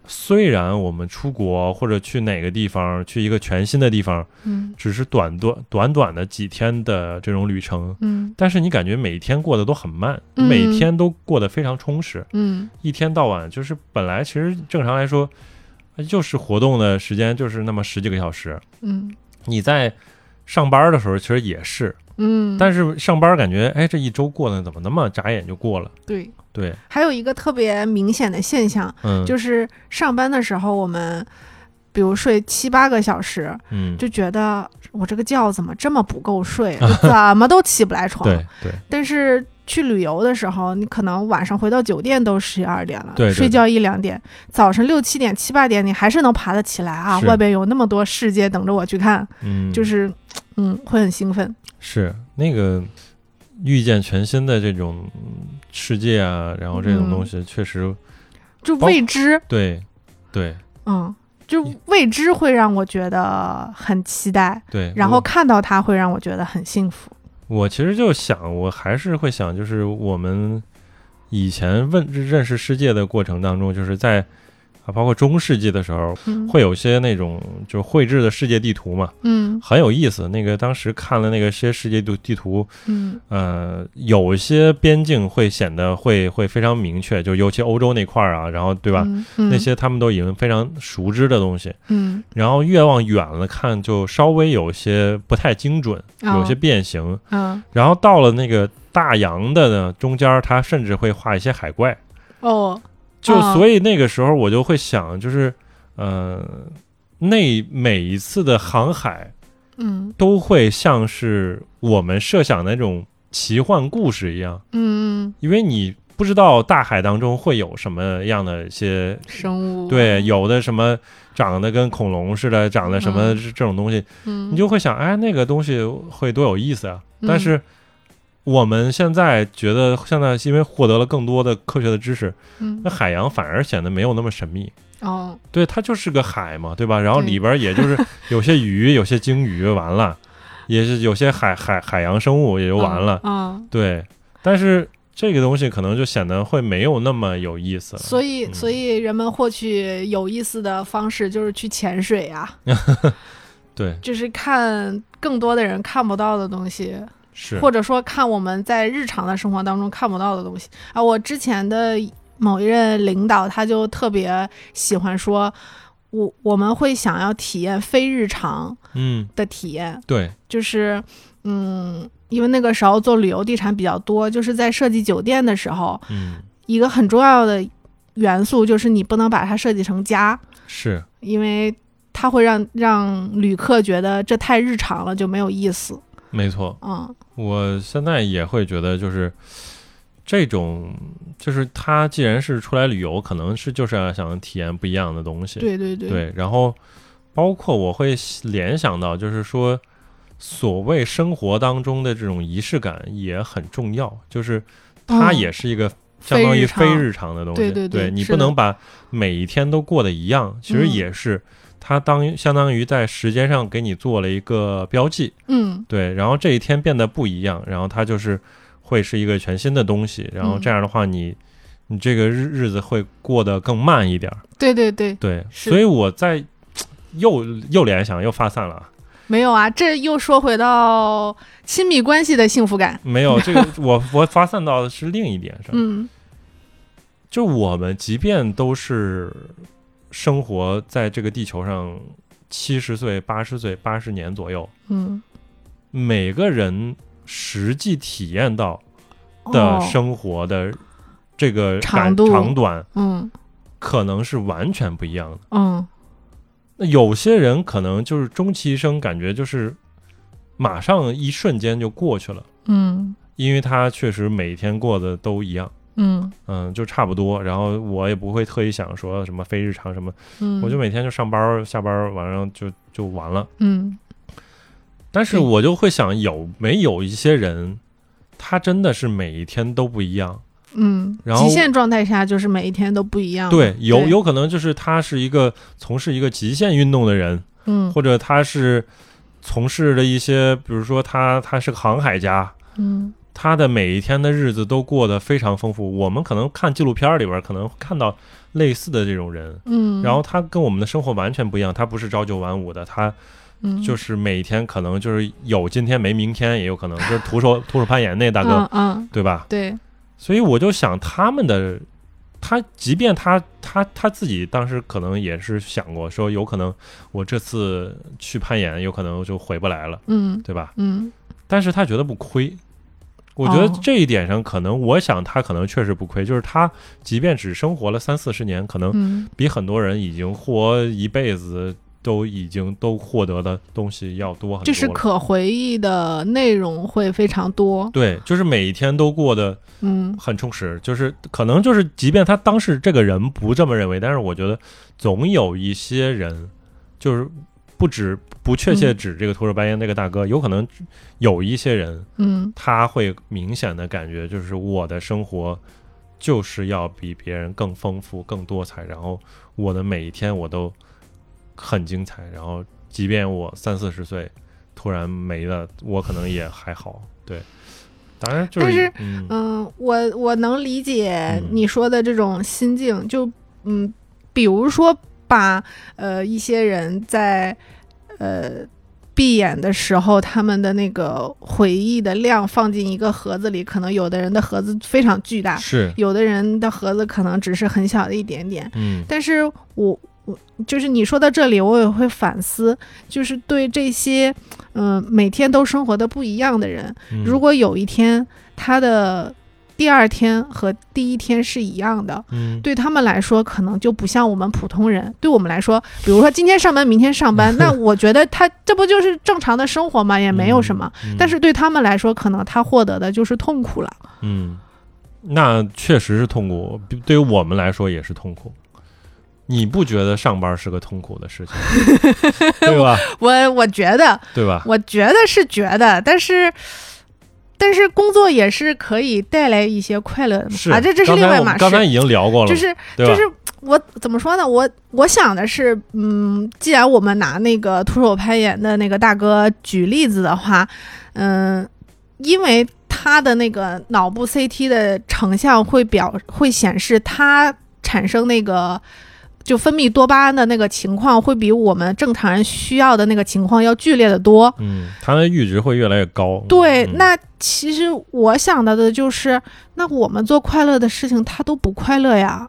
Speaker 1: 虽然我们出国或者去哪个地方，去一个全新的地方，
Speaker 2: 嗯
Speaker 1: 只是短短短短的几天的这种旅程，
Speaker 2: 嗯
Speaker 1: 但是你感觉每一天过得都很慢，
Speaker 2: 嗯
Speaker 1: 每天都过得非常充实，
Speaker 2: 嗯
Speaker 1: 一天到晚就是本来其实正常来说，呃就是活动的时间就是那么十几个小时。
Speaker 2: 嗯
Speaker 1: 你在上班的时候其实也是，
Speaker 2: 嗯，
Speaker 1: 但是上班感觉哎这一周过得怎么那么眨眼就过了？
Speaker 2: 对，
Speaker 1: 对，
Speaker 2: 还有一个特别明显的现象，
Speaker 1: 嗯，
Speaker 2: 就是上班的时候，我们比如睡七八个小时，
Speaker 1: 嗯，
Speaker 2: 就觉得我这个觉怎么这么不够 睡，就怎么都起不来床。
Speaker 1: 对对
Speaker 2: 但是去旅游的时候，你可能晚上回到酒店都十一二点了，
Speaker 1: 对对
Speaker 2: 睡觉一两点，早晨六七点、七八点，你还是能爬得起来啊！
Speaker 1: 是
Speaker 2: 外边有那么多世界等着我去看，
Speaker 1: 嗯，
Speaker 2: 就是嗯，会很兴奋。
Speaker 1: 是那个遇见全新的这种嗯世界啊，然后这种
Speaker 2: 嗯
Speaker 1: 东西确实
Speaker 2: 就
Speaker 1: 包
Speaker 2: 未知，
Speaker 1: 对对
Speaker 2: 嗯，就未知会让我觉得很期待，
Speaker 1: 对，
Speaker 2: 然后
Speaker 1: 我
Speaker 2: 看到它会让我觉得很幸福。
Speaker 1: 我其实就想，我还是会想，就是我们以前问认识世界的过程当中，就是在啊，包括中世纪的时候，
Speaker 2: 嗯，
Speaker 1: 会有一些那种就是绘制的世界地图嘛，
Speaker 2: 嗯
Speaker 1: 很有意思。那个当时看了那个些世界地地图，
Speaker 2: 嗯
Speaker 1: 呃，有一些边境会显得会会非常明确，就尤其欧洲那块儿啊，然后对吧？
Speaker 2: 嗯嗯、
Speaker 1: 那些他们都已经非常熟知的东西，
Speaker 2: 嗯
Speaker 1: 然后越往远了看，就稍微有些不太精准，有些
Speaker 2: 哦
Speaker 1: 变形。
Speaker 2: 嗯
Speaker 1: 然后到了那个大洋的呢中间儿，它甚至会画一些海怪。
Speaker 2: 哦
Speaker 1: 就
Speaker 2: 哦
Speaker 1: 所以那个时候我就会想，就是呃，那每一次的航海
Speaker 2: 嗯
Speaker 1: 都会像是我们设想的那种奇幻故事一样，
Speaker 2: 嗯
Speaker 1: 因为你不知道大海当中会有什么样的一些。
Speaker 2: 生物啊
Speaker 1: 对，有的什么长得跟恐龙似的，长得什么
Speaker 2: 嗯
Speaker 1: 这这种东西，
Speaker 2: 嗯
Speaker 1: 你就会想，哎，那个东西会多有意思啊！
Speaker 2: 嗯
Speaker 1: 但是我们现在觉得，现在因为获得了更多的科学的知识，
Speaker 2: 嗯
Speaker 1: 那海洋反而显得没有那么神秘。
Speaker 2: 哦
Speaker 1: 对，它就是个海嘛，对吧？然后
Speaker 2: 对
Speaker 1: 里边也 就是有些鱼，有些鲸鱼，完了，也是有些海海海洋生物也就完了。
Speaker 2: 嗯。嗯
Speaker 1: 对，但是这个东西可能就显得会没有那么有意思了。
Speaker 2: 所以，所以人们获取有意思的方式就是去潜水啊，
Speaker 1: 对，
Speaker 2: 就是看更多的人看不到的东西，
Speaker 1: 是
Speaker 2: 或者说看我们在日常的生活当中看不到的东西啊。我之前的某一任领导，他就特别喜欢说，我我们会想要体验非日常
Speaker 1: 嗯，
Speaker 2: 的体验，
Speaker 1: 对，
Speaker 2: 就是嗯，因为那个时候做旅游地产比较多，就是在设计酒店的时候，
Speaker 1: 嗯，
Speaker 2: 一个很重要的元素就是你不能把它设计成家，
Speaker 1: 是
Speaker 2: 因为它会让让旅客觉得这太日常了，就没有意思。
Speaker 1: 没错。
Speaker 2: 嗯，
Speaker 1: 我现在也会觉得，就是这种，就是他既然是出来旅游，可能是就是要想体验不一样的东西。
Speaker 2: 对对对，
Speaker 1: 对，然后包括我会联想到，就是说，所谓生活当中的这种仪式感也很重要，就是它
Speaker 2: 嗯
Speaker 1: 也是一个相当于非
Speaker 2: 非日常
Speaker 1: 日常的东西。
Speaker 2: 对对对
Speaker 1: 你
Speaker 2: 是
Speaker 1: 不
Speaker 2: 的
Speaker 1: 能把每一天都过得一样，其实
Speaker 2: 嗯
Speaker 1: 也是。它当相当于在时间上给你做了一个标记，
Speaker 2: 嗯
Speaker 1: 对，然后这一天变得不一样，然后它就是会是一个全新的东西，然后
Speaker 2: 嗯
Speaker 1: 这样的话你，你、这个日日子会过得更慢一点儿，
Speaker 2: 对对对，
Speaker 1: 对，
Speaker 2: 是
Speaker 1: 所以我在又又联想又发散了啊，
Speaker 2: 没有啊，这又说回到亲密关系的幸福感。
Speaker 1: 没 有这个我我发散到的是另一点上，
Speaker 2: 嗯
Speaker 1: 就我们即便都是生活在这个地球上七十岁、八十岁、八十年左右，
Speaker 2: 嗯，
Speaker 1: 每个人实际体验到的
Speaker 2: 哦
Speaker 1: 生活的这个
Speaker 2: 长
Speaker 1: 感
Speaker 2: 度
Speaker 1: 长短，
Speaker 2: 嗯
Speaker 1: 可能是完全不一样的。
Speaker 2: 嗯
Speaker 1: 那有些人可能就是终其一生，感觉就是马上一瞬间就过去了，
Speaker 2: 嗯
Speaker 1: 因为他确实每天过得都一样，
Speaker 2: 嗯
Speaker 1: 嗯，就差不多。然后我也不会特意想说什么非日常什么，
Speaker 2: 嗯，
Speaker 1: 我就每天就上班儿、下班儿，晚上就就完了。
Speaker 2: 嗯
Speaker 1: 但是
Speaker 2: 对
Speaker 1: 我就会想，有没有一些人，他真的是每一天都不一样？
Speaker 2: 嗯，
Speaker 1: 然后
Speaker 2: 极限状态下就是每一天都不一样。
Speaker 1: 对，有有可能就是他是一个从事一个极限运动的人，
Speaker 2: 嗯
Speaker 1: 或者他是从事了一些，比如说他他是个航海家，
Speaker 2: 嗯
Speaker 1: 他的每一天的日子都过得非常丰富。我们可能看纪录片里边可能看到类似的这种人，
Speaker 2: 嗯，
Speaker 1: 然后他跟我们的生活完全不一样，他不是朝九晚五的，他
Speaker 2: 嗯
Speaker 1: 就是每一天可能就是有今天没明天，也有可能就是徒手 徒手攀岩那大哥，
Speaker 2: 嗯嗯
Speaker 1: 对吧？
Speaker 2: 对，
Speaker 1: 所以我就想他们的，他即便他他他自己当时可能也是想过说，有可能我这次去攀岩，有可能就回不来了，
Speaker 2: 嗯
Speaker 1: 对吧？
Speaker 2: 嗯
Speaker 1: 但是他觉得不亏。我觉得
Speaker 2: 哦
Speaker 1: 这一点上，可能我想他可能确实不亏，就是他即便只生活了三四十年，可能
Speaker 2: 嗯
Speaker 1: 比很多人已经活一辈子都已经都获得的东西要多很多了。
Speaker 2: 就是可回忆的内容会非常多。
Speaker 1: 对，就是每一天都过得
Speaker 2: 嗯
Speaker 1: 很充实，就是可能就是，即便他当时这个人不这么认为，但是我觉得总有一些人，就是不止不确切
Speaker 2: 嗯
Speaker 1: 指这个徒手白烟那个大哥，有可能有一些人
Speaker 2: 嗯
Speaker 1: 他会明显的感觉，就是我的生活就是要比别人更丰富、更多彩，然后我的每一天我都很精彩，然后即便我三四十岁突然没了，我可能也还好，对。当然，就是
Speaker 2: 但是
Speaker 1: 嗯
Speaker 2: 嗯，我我能理解
Speaker 1: 嗯
Speaker 2: 你说的这种心境，就嗯，比如说把呃一些人在呃。闭眼的时候，他们的那个回忆的量放进一个盒子里，可能有的人的盒子非常巨大，
Speaker 1: 是，
Speaker 2: 有的人的盒子可能只是很小的一点点。
Speaker 1: 嗯
Speaker 2: 但是我我就是你说到这里，我也会反思，就是对这些嗯、每天都生活的不一样的人，
Speaker 1: 嗯
Speaker 2: 如果有一天他的第二天和第一天是一样的。
Speaker 1: 嗯，
Speaker 2: 对他们来说，可能就不像我们普通人。对我们来说，比如说今天上班，明天上 班，那我觉得他这不就是正常的生活吗？也没有什么。
Speaker 1: 嗯，
Speaker 2: 但是对他们来说，可能他获得的就是痛苦了。
Speaker 1: 嗯，那确实是痛苦，比对于我们来说也是痛苦。你不觉得上班是个痛苦的事情， 对吧？
Speaker 2: 我我觉得，
Speaker 1: 对吧？
Speaker 2: 我觉得是觉得，但是但是工作也是可以带来一些快乐的嘛
Speaker 1: 是
Speaker 2: 啊，这这是
Speaker 1: 刚才
Speaker 2: 另外
Speaker 1: 我
Speaker 2: 一
Speaker 1: 们
Speaker 2: 码
Speaker 1: 刚才
Speaker 2: 事。
Speaker 1: 已经聊过了，
Speaker 2: 就是
Speaker 1: 对吧？
Speaker 2: 就是我怎么说呢？我我想的是，嗯，既然我们拿那个徒手攀岩的那个大哥举例子的话，嗯，因为他的那个脑部 CT 的成像会表会显示他产生那个就分泌多巴胺的那个情况，会比我们正常人需要的那个情况要剧烈的多。
Speaker 1: 嗯，它的阈值会越来越高。
Speaker 2: 对，
Speaker 1: 嗯
Speaker 2: 那其实我想到的就是，那我们做快乐的事情，他都不快乐呀。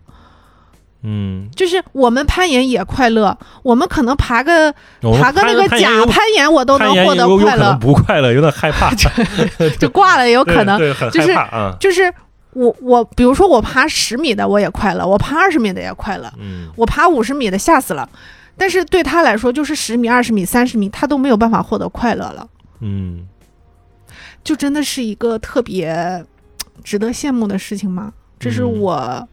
Speaker 1: 嗯，
Speaker 2: 就是我们攀岩也快乐，我们可能爬个
Speaker 1: 我们
Speaker 2: 爬个那个
Speaker 1: 攀岩
Speaker 2: 假
Speaker 1: 有
Speaker 2: 攀岩，我都能
Speaker 1: 攀岩
Speaker 2: 获得
Speaker 1: 有有
Speaker 2: 快
Speaker 1: 可能
Speaker 2: 乐，
Speaker 1: 不快乐，有点害怕，
Speaker 2: 就挂了也有可能。
Speaker 1: 对，对很
Speaker 2: 就是
Speaker 1: 害怕啊。
Speaker 2: 就是我我比如说我爬十米的我也快乐，我爬二十米的也快乐，
Speaker 1: 嗯，
Speaker 2: 我爬五十米的吓死了。但是对他来说，就是十米、二十米、三十米，他都没有办法获得快乐了，
Speaker 1: 嗯，
Speaker 2: 就真的是一个特别值得羡慕的事情吗？这是
Speaker 1: 嗯
Speaker 2: 我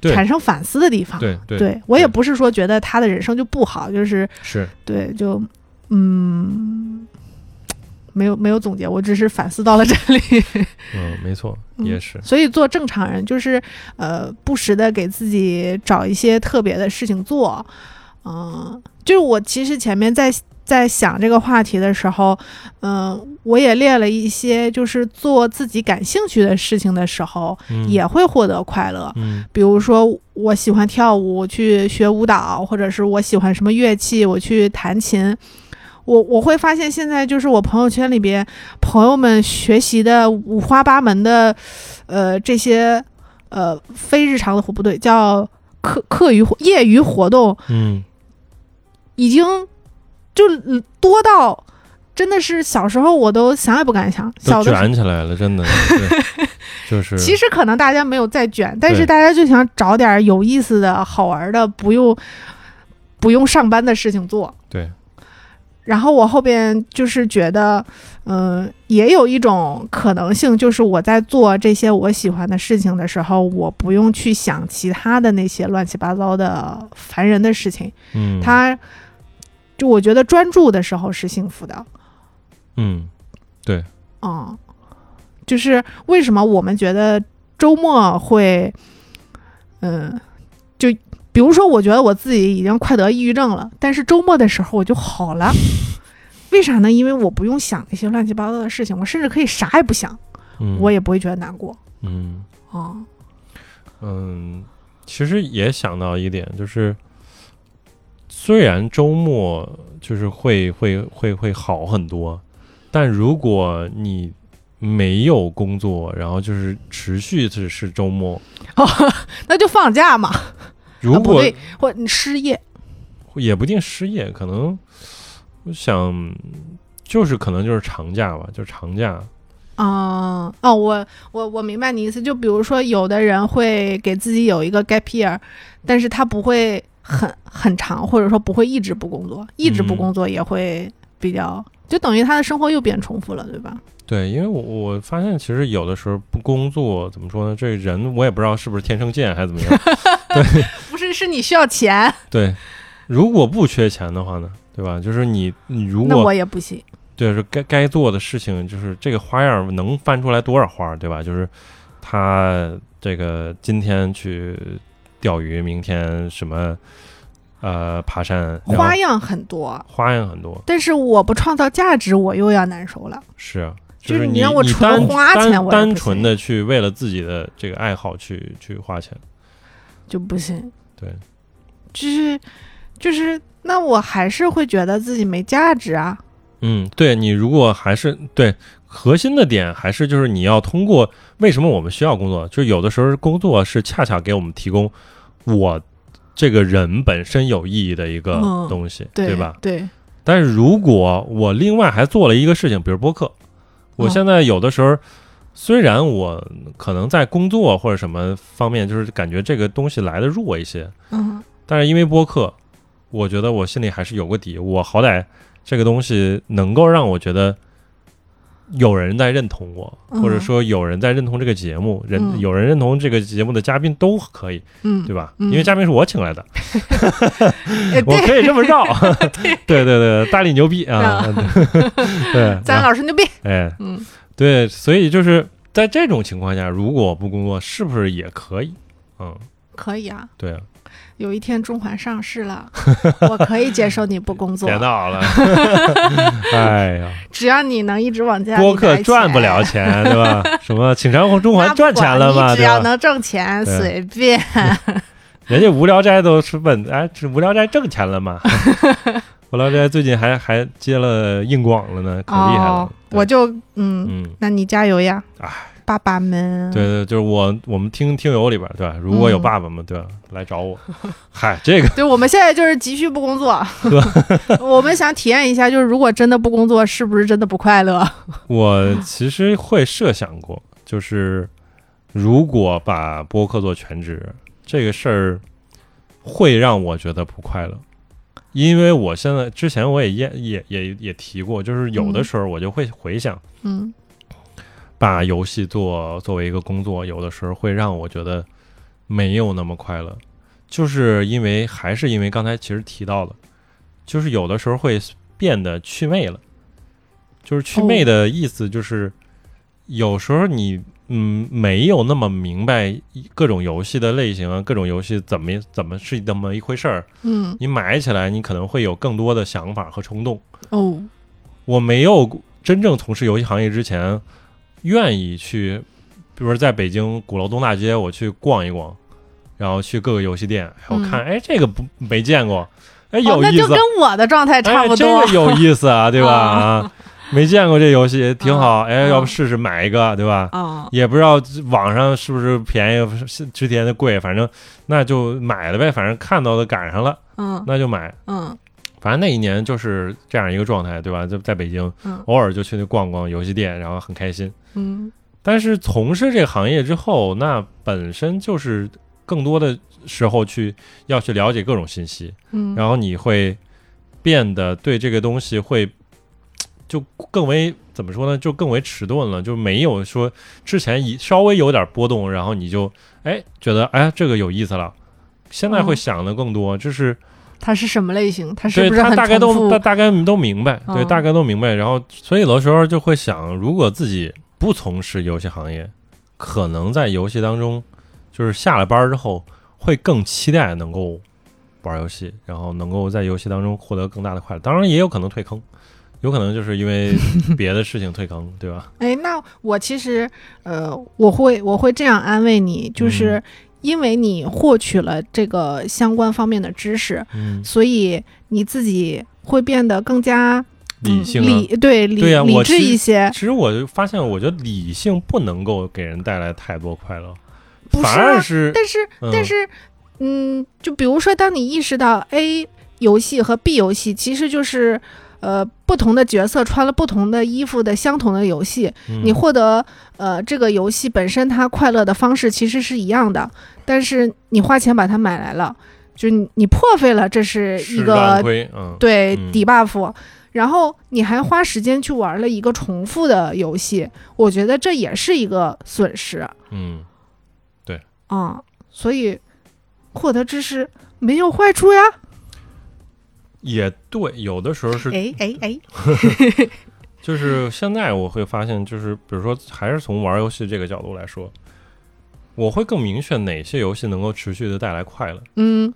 Speaker 1: 对
Speaker 2: 产生反思的地方。
Speaker 1: 对对
Speaker 2: 对我也不是说觉得他的人生就不好，就是
Speaker 1: 是，
Speaker 2: 对，就嗯，没有没有总结，我只是反思到了这里。
Speaker 1: 嗯，没错，
Speaker 2: 嗯
Speaker 1: 也是，
Speaker 2: 所以做正常人就是呃，不时的给自己找一些特别的事情做，嗯、就是我其实前面在在想这个话题的时候，嗯、我也列了一些就是做自己感兴趣的事情的时候，
Speaker 1: 嗯
Speaker 2: 也会获得快乐。
Speaker 1: 嗯
Speaker 2: 比如说，我喜欢跳舞，我去学舞蹈，或者是我喜欢什么乐器，我去弹琴。我我会发现，现在就是我朋友圈里边朋友们学习的五花八门的，呃，这些呃非日常的活不对，叫课课余活业余活动，
Speaker 1: 嗯，
Speaker 2: 已经就多到真的是小时候我都想也不敢想。小
Speaker 1: 都
Speaker 2: 的时候
Speaker 1: 卷起来了，真的，对 就是
Speaker 2: 其
Speaker 1: 实
Speaker 2: 实可能大家没有再卷，但
Speaker 1: 嗯
Speaker 2: 是
Speaker 1: 对
Speaker 2: 大家就想找点儿有意思的、好玩儿的，不用不用上班的事情做。
Speaker 1: 对，
Speaker 2: 然后我后边就是觉得，嗯、也有一种可能性，就是我在做这些我喜欢的事情的时候，我不用去想其他的那些乱七八糟的烦人的事情。
Speaker 1: 嗯，
Speaker 2: 他就我觉得专注的时候是幸福的，
Speaker 1: 嗯，
Speaker 2: 嗯，就是为什么我们觉得周末会，嗯，就比如说，我觉得我自己已经快得抑郁症了，但是周末的时候我就好 了，为啥呢？因为我不用想那些乱七八糟的事情，我甚至可以啥也不想，
Speaker 1: 嗯
Speaker 2: 我也不会觉得难过
Speaker 1: 嗯
Speaker 2: 啊、
Speaker 1: 嗯，其实也想到一点，就是虽然周末就是会会会会好很多，但如果你没有工作，然后就是持续是是周末，
Speaker 2: 那就放假嘛，
Speaker 1: 如
Speaker 2: 啊、不
Speaker 1: 果
Speaker 2: 对，或你失业，
Speaker 1: 也不一定失业，可能我想就是可能就是长假吧，就长假，
Speaker 2: 啊、哦，我我我明白你意思。就比如说，有的人会给自己有一个 gap year，但是他不会很很长，或者说不会一直不工作，一直不
Speaker 1: 嗯
Speaker 2: 工作也会比较，就等于他的生活又变重复了，对吧？
Speaker 1: 对，因为我我发现其实有的时候不工作，怎么说呢？这人我也不知道是不是天生贱还是怎么样。
Speaker 2: 不是，是你需要钱，
Speaker 1: 对，如果不缺钱的话呢，对吧？就是你你如
Speaker 2: 那
Speaker 1: 果
Speaker 2: 我也不行。
Speaker 1: 就是该该做的事情，就是这个花样能翻出来多少花儿，对吧？就是他这个今天去钓鱼，明天什么呃爬山，然后
Speaker 2: 花样很多，
Speaker 1: 花样很多，
Speaker 2: 但是我不创造价值，我又要难受了。
Speaker 1: 是啊。就
Speaker 2: 就
Speaker 1: 是是
Speaker 2: 你
Speaker 1: 你
Speaker 2: 让我
Speaker 1: 你
Speaker 2: 纯
Speaker 1: 单
Speaker 2: 花钱
Speaker 1: 单
Speaker 2: 我也
Speaker 1: 单
Speaker 2: 不
Speaker 1: 纯
Speaker 2: 行
Speaker 1: 的去为了自己的这个爱好去去花钱，
Speaker 2: 就不行。
Speaker 1: 对，
Speaker 2: 就是就是，那我还是会觉得自己没价值啊。
Speaker 1: 嗯，对你如果还是对核心的点，还是就是你要通过为什么我们需要工作？就是有的时候工作是恰恰给我们提供我这个人本身有意义的一个
Speaker 2: 嗯
Speaker 1: 东西，
Speaker 2: 对
Speaker 1: 吧？？
Speaker 2: 对，
Speaker 1: 但是如果我另外还做了一个事情，比如播客，我
Speaker 2: 嗯
Speaker 1: 现在有的时候、虽然我可能在工作或者什么方面，就是感觉这个东西来的入我一些，
Speaker 2: 嗯，
Speaker 1: 但是因为播客，我觉得我心里还是有个底，我好歹这个东西能够让我觉得有人在认同我，
Speaker 2: 嗯
Speaker 1: 或者说有人在认同这个节目，人、
Speaker 2: 嗯
Speaker 1: 有人认同这个节目的嘉宾都可以，
Speaker 2: 嗯
Speaker 1: 对吧？
Speaker 2: 嗯
Speaker 1: 因为嘉宾是我请来的，
Speaker 2: 哎
Speaker 1: 我
Speaker 2: 对，
Speaker 1: 可以这么 绕。 对对对，大力牛逼啊！ 对，
Speaker 2: 咱老师牛逼。
Speaker 1: 哎，
Speaker 2: 嗯，
Speaker 1: 对，所以就是在这种情况下，如果我不工作，是不是也可以？嗯，
Speaker 2: 可以啊。
Speaker 1: 对啊，
Speaker 2: 有一天中环上 市了，我可以接受你不工作
Speaker 1: 别，闹了， 哎呀。
Speaker 2: 只要你能一直往家里
Speaker 1: 播客
Speaker 2: 拿
Speaker 1: 赚不了
Speaker 2: 钱，
Speaker 1: 钱，对吧？什么请长虹中环
Speaker 2: 那不
Speaker 1: 赚钱
Speaker 2: 管
Speaker 1: 了嘛，
Speaker 2: 你只
Speaker 1: 对
Speaker 2: 要
Speaker 1: 吧？
Speaker 2: 能挣钱，
Speaker 1: 对
Speaker 2: 随便。
Speaker 1: 人家无聊斋都是问，哎，这无聊斋挣钱了 吗？无聊斋最近还还接了硬广了呢，可厉害了。
Speaker 2: 哦，我
Speaker 1: 对
Speaker 2: 就嗯，
Speaker 1: 嗯，
Speaker 2: 那你加油呀
Speaker 1: 哎，
Speaker 2: 爸爸们。
Speaker 1: 对，对，就是我我们听听友里边，对吧，如果有
Speaker 2: 嗯
Speaker 1: 爸爸们，对吧，来找我。嗨，这个
Speaker 2: 对，我们现在就是急需不工作， 我们想体验一下，就是如果真的不工作，是不是真的不快 乐？
Speaker 1: 我其实会设想过，就是如果把播客做全职这个事儿，会让我觉得不快乐，因为我现在之前我也也也也也提过，就是有的
Speaker 2: 嗯
Speaker 1: 时候我就会回想，
Speaker 2: 嗯
Speaker 1: 把游戏做作为一个工作，有的时候会让我觉得没有那么快乐，就是因为还是因为刚才其实提到了，就是有的时候会变得祛魅了，就是祛魅的意思就是、有时候你嗯没有那么明白各种游戏的类型啊，各种游戏怎么怎么是那么一回事儿，
Speaker 2: 嗯
Speaker 1: 你买起来你可能会有更多的想法和冲动。
Speaker 2: 哦
Speaker 1: 我没有真正从事游戏行业之前，愿意去，比如说在北京鼓楼东大街，我去逛一逛，然后去各个游戏店，哎我看，哎，这个不没见过，哎，
Speaker 2: 嗯哦，
Speaker 1: 有
Speaker 2: 那
Speaker 1: 意
Speaker 2: 就
Speaker 1: 思
Speaker 2: 跟，我的状态差
Speaker 1: 哎，
Speaker 2: 不
Speaker 1: 这
Speaker 2: 多
Speaker 1: 个。有意思啊，对吧？
Speaker 2: 啊
Speaker 1: 啊，没见过这游戏，挺好，哎，
Speaker 2: 嗯
Speaker 1: 要不试试买一个，对吧？
Speaker 2: 啊，
Speaker 1: 也不知道网上是不是便宜，是之前的贵，反正那就买了呗，反正看到的赶上了，
Speaker 2: 嗯
Speaker 1: 那就买。
Speaker 2: 嗯
Speaker 1: 反正那一年就是这样一个状态，对吧？就在北京，
Speaker 2: 嗯
Speaker 1: 偶尔就去那逛逛游戏店，然后很开心。
Speaker 2: 嗯
Speaker 1: 但是从事这个行业之后，那本身就是更多的时候去要去了解各种信息，
Speaker 2: 嗯，
Speaker 1: 然后你会变得对这个东西会就更为怎么说呢？就更为迟钝了，就没有说之前一稍微有点波动，然后你就哎觉得哎这个有意思了。现在会
Speaker 2: 嗯
Speaker 1: 想的更多，就是
Speaker 2: 它是什么类型？它是
Speaker 1: 对
Speaker 2: 不是
Speaker 1: 他
Speaker 2: 很
Speaker 1: 大概都
Speaker 2: 重复
Speaker 1: 大？大概都明白，对，
Speaker 2: 嗯
Speaker 1: 大概都明白。然后，所以有的时候就会想，如果自己不从事游戏行业，可能在游戏当中，就是下了班之后，会更期待能够玩游戏，然后能够在游戏当中获得更大的快乐。当然，也有可能退坑，有可能就是因 为别的事情退坑，对吧？
Speaker 2: 哎，那我其实呃，我会我会这样安慰你，
Speaker 1: 嗯
Speaker 2: 就是因为你获取了这个相关方面的知识，
Speaker 1: 嗯，
Speaker 2: 所以你自己会变得更加
Speaker 1: 理
Speaker 2: 嗯
Speaker 1: 性、啊。
Speaker 2: 理对理
Speaker 1: 对呀
Speaker 2: 理
Speaker 1: 我
Speaker 2: 智
Speaker 1: 其实
Speaker 2: 一些，
Speaker 1: 其实我就发现，我觉得理性不能够给人带来太多快乐，
Speaker 2: 不
Speaker 1: 反
Speaker 2: 是啊
Speaker 1: 而是
Speaker 2: 但是
Speaker 1: 嗯
Speaker 2: 但是嗯，就比如说，当你意识到 A 游戏和 B 游戏其实就是。呃，不同的角色穿了不同的衣服的相同的游戏，
Speaker 1: 嗯
Speaker 2: 你获得呃这个游戏本身它快乐的方式其实是一样的，但是你花钱把它买来了，就你你破费了，这是一
Speaker 1: 是
Speaker 2: 个
Speaker 1: 乱推，嗯，
Speaker 2: 对
Speaker 1: 嗯
Speaker 2: 底 buff，、然后你还花时间去玩了一个重复的游戏，我觉得这也是一个损失啊、
Speaker 1: 嗯。
Speaker 2: 所以获得知识没有坏处呀。
Speaker 1: 也对，有的时候是，
Speaker 2: 哎哎哎，
Speaker 1: 就是现在我会发现，就是比如说，还是从玩游戏这个角度来说，我会更明确哪些游戏能够持续的带来快乐，
Speaker 2: 嗯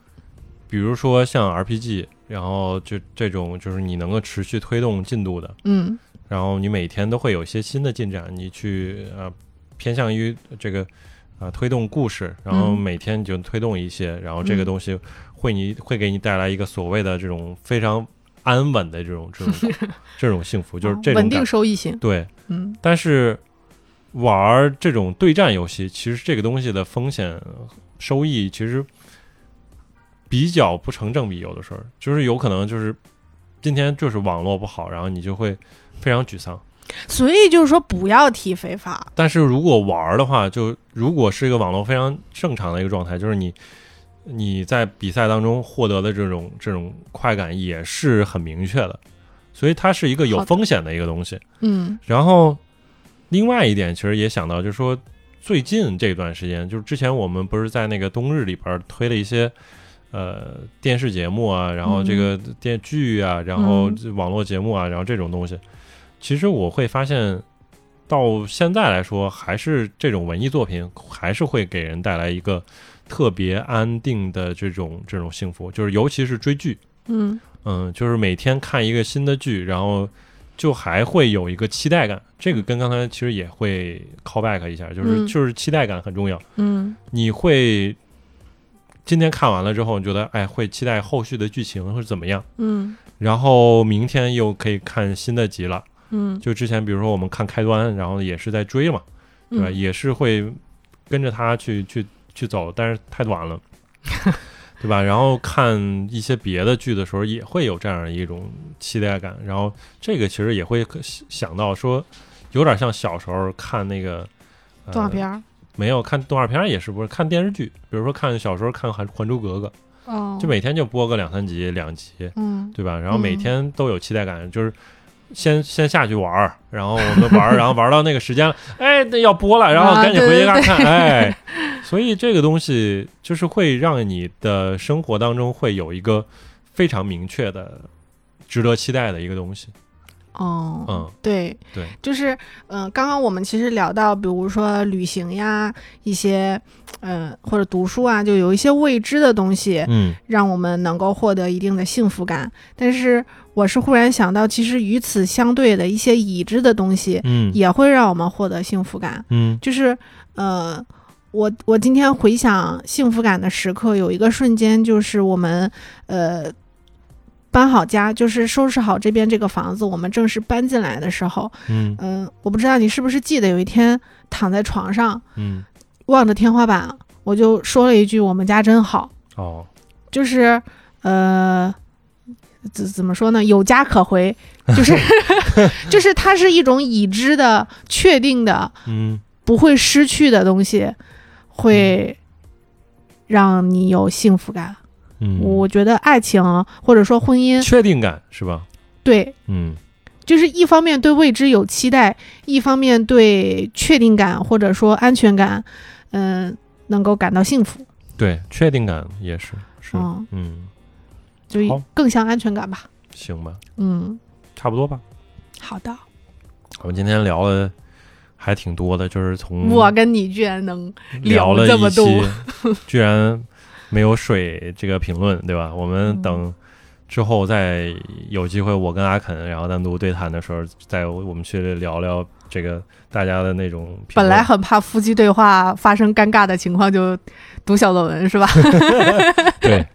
Speaker 1: 比如说像 RPG，然后就这种就是你能够持续推动进度的，
Speaker 2: 嗯
Speaker 1: 然后你每天都会有一些新的进展，你去呃偏向于这个啊、呃推动故事，然后
Speaker 2: 嗯
Speaker 1: 每天你就推动一些，然后这个
Speaker 2: 嗯
Speaker 1: 东西会你会给你带来一个所谓的这种非常安稳的这种这 种这种幸福，就是这种
Speaker 2: 哦
Speaker 1: 感
Speaker 2: 稳定收益型，
Speaker 1: 对。
Speaker 2: 嗯
Speaker 1: 但是玩儿这种对战游戏，其实这个东西的风险收益其实比较不成正比，有的时候就是有可能就是今天就是网络不好，然后你就会非常沮丧。
Speaker 2: 所以就是说不要提非法，
Speaker 1: 但是如果玩儿的话，就如果是一个网络非常正常的一个状态，就是你你在比赛当中获得的这种这种快感也是很明确的，所以它是一个有
Speaker 2: 好的
Speaker 1: 风险的一个东西。
Speaker 2: 嗯
Speaker 1: 然后另外一点，其实也想到，就是说最近这段时间，就是之前我们不是在那个冬日里边儿推了一些呃电视节目啊，然后这个电剧啊，然后
Speaker 2: 嗯
Speaker 1: 这网络节目啊，然后这种东西，其实我会发现。到现在来说，还是这种文艺作品，还是会给人带来一个特别安定的这种这种幸福，就是尤其是追剧，
Speaker 2: 嗯
Speaker 1: 嗯，就是每天看一个新的剧，然后就还会有一个期待感。这个跟刚才其实也会 call back 一下，就是、
Speaker 2: 嗯
Speaker 1: 就是期待感很重要。
Speaker 2: 嗯
Speaker 1: 你会今天看完了之后，你觉得哎会期待后续的剧情会怎么样？
Speaker 2: 嗯
Speaker 1: 然后明天又可以看新的集了。
Speaker 2: 嗯，
Speaker 1: 就之前比如说我们看开端，然后也是在追嘛，对吧？
Speaker 2: 嗯
Speaker 1: 也是会跟着他去去去走，但是太短 了，对吧？然后看一些别的剧的时候，也会有这样一种期待感。然后这个其实也会想到说，有点像小时候看那个、呃、
Speaker 2: 动画片儿，
Speaker 1: 没有看动画片儿也是不是看电视剧，比如说看小时候看《还还珠格格》，
Speaker 2: 哦，
Speaker 1: 就每天就播个两三集、两集，
Speaker 2: 嗯
Speaker 1: 对吧？然后每
Speaker 2: 嗯
Speaker 1: 天都有期待感，就是先先下去玩儿，然后我们玩儿，然后玩到那个时间了，哎，那要播了，然后
Speaker 2: 啊
Speaker 1: 赶紧
Speaker 2: 对
Speaker 1: 回
Speaker 2: 对
Speaker 1: 家
Speaker 2: 对
Speaker 1: 看， 哎，所以这个东西就是会让你的生活当中会有一个非常明确的、值得期待的一个东西，
Speaker 2: 哦
Speaker 1: 嗯，
Speaker 2: 对
Speaker 1: 对，
Speaker 2: 就是嗯、呃刚刚我们其实聊到，比如说旅行呀，一些嗯或者读书啊，就有一些未知的东西，
Speaker 1: 嗯
Speaker 2: 让我们能够获得一定的幸福感。但是我是忽然想到，其实与此相对的一些已知的东西，
Speaker 1: 嗯
Speaker 2: 也会让我们获得幸福感。
Speaker 1: 嗯
Speaker 2: 就是呃，我我今天回想幸福感的时刻，有一个瞬间就是我们呃搬好家，就是收拾好这边这个房子，我们正式搬进来的时候，
Speaker 1: 嗯
Speaker 2: 嗯、我不知道你是不是记得有一天躺在床上
Speaker 1: 嗯，
Speaker 2: 望着天花板，我就说了一句：“我们家真好。
Speaker 1: 哦，”
Speaker 2: 就是呃。怎怎么说呢？有家可回，就是 就是它是一种已知的、确定的，
Speaker 1: 嗯
Speaker 2: 不会失去的东西，会让你有幸福感。
Speaker 1: 嗯，
Speaker 2: 我觉得爱情或者说婚姻，
Speaker 1: 确定感是吧？
Speaker 2: 对，
Speaker 1: 嗯
Speaker 2: 就是一方面对未知有期待，一方面对确定感或者说安全感，嗯、能够感到幸福。，
Speaker 1: 对，确定感也是是，
Speaker 2: 嗯，
Speaker 1: 嗯，
Speaker 2: 就
Speaker 1: 好
Speaker 2: 更像安全感吧。
Speaker 1: 行吧，
Speaker 2: 嗯，
Speaker 1: 差不多吧。
Speaker 2: 好的。
Speaker 1: 我们今天聊的还挺多的，就是从
Speaker 2: 我跟你居然能
Speaker 1: 嗯聊了
Speaker 2: 聊这么
Speaker 1: 一期
Speaker 2: 多，
Speaker 1: 居然没有水这个评论，对吧？我们
Speaker 2: 嗯
Speaker 1: 等之后再有机会，我跟阿肯然后单独对谈的时候，再我们去聊聊这个大家的那种评
Speaker 2: 本
Speaker 1: 论
Speaker 2: 来很怕夫妻对话发生尴尬的情况，就读小作文是吧？
Speaker 1: 对，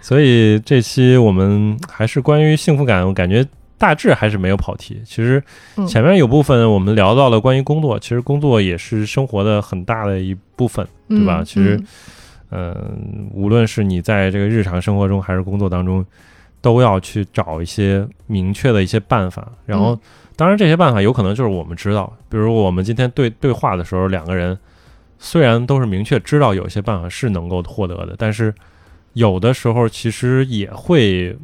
Speaker 1: 所以这期我们还是关于幸福感，我感觉大致还是没有跑题。其实
Speaker 2: 嗯
Speaker 1: 前面有部分我们聊到了关于工作，其实工作也是生活的很大的一部分。 对吧
Speaker 2: 嗯
Speaker 1: 其实
Speaker 2: 嗯
Speaker 1: 嗯，无论是你在这个日常生活中还是工作当中，都要去找一些明确的一些办法。然后
Speaker 2: 嗯，
Speaker 1: 当然这些办法有可能就是我们知道，比如我们今天对对话的时候，两个人虽然都是明确知道有一些办法是能够获得的，但是有的时候其实也会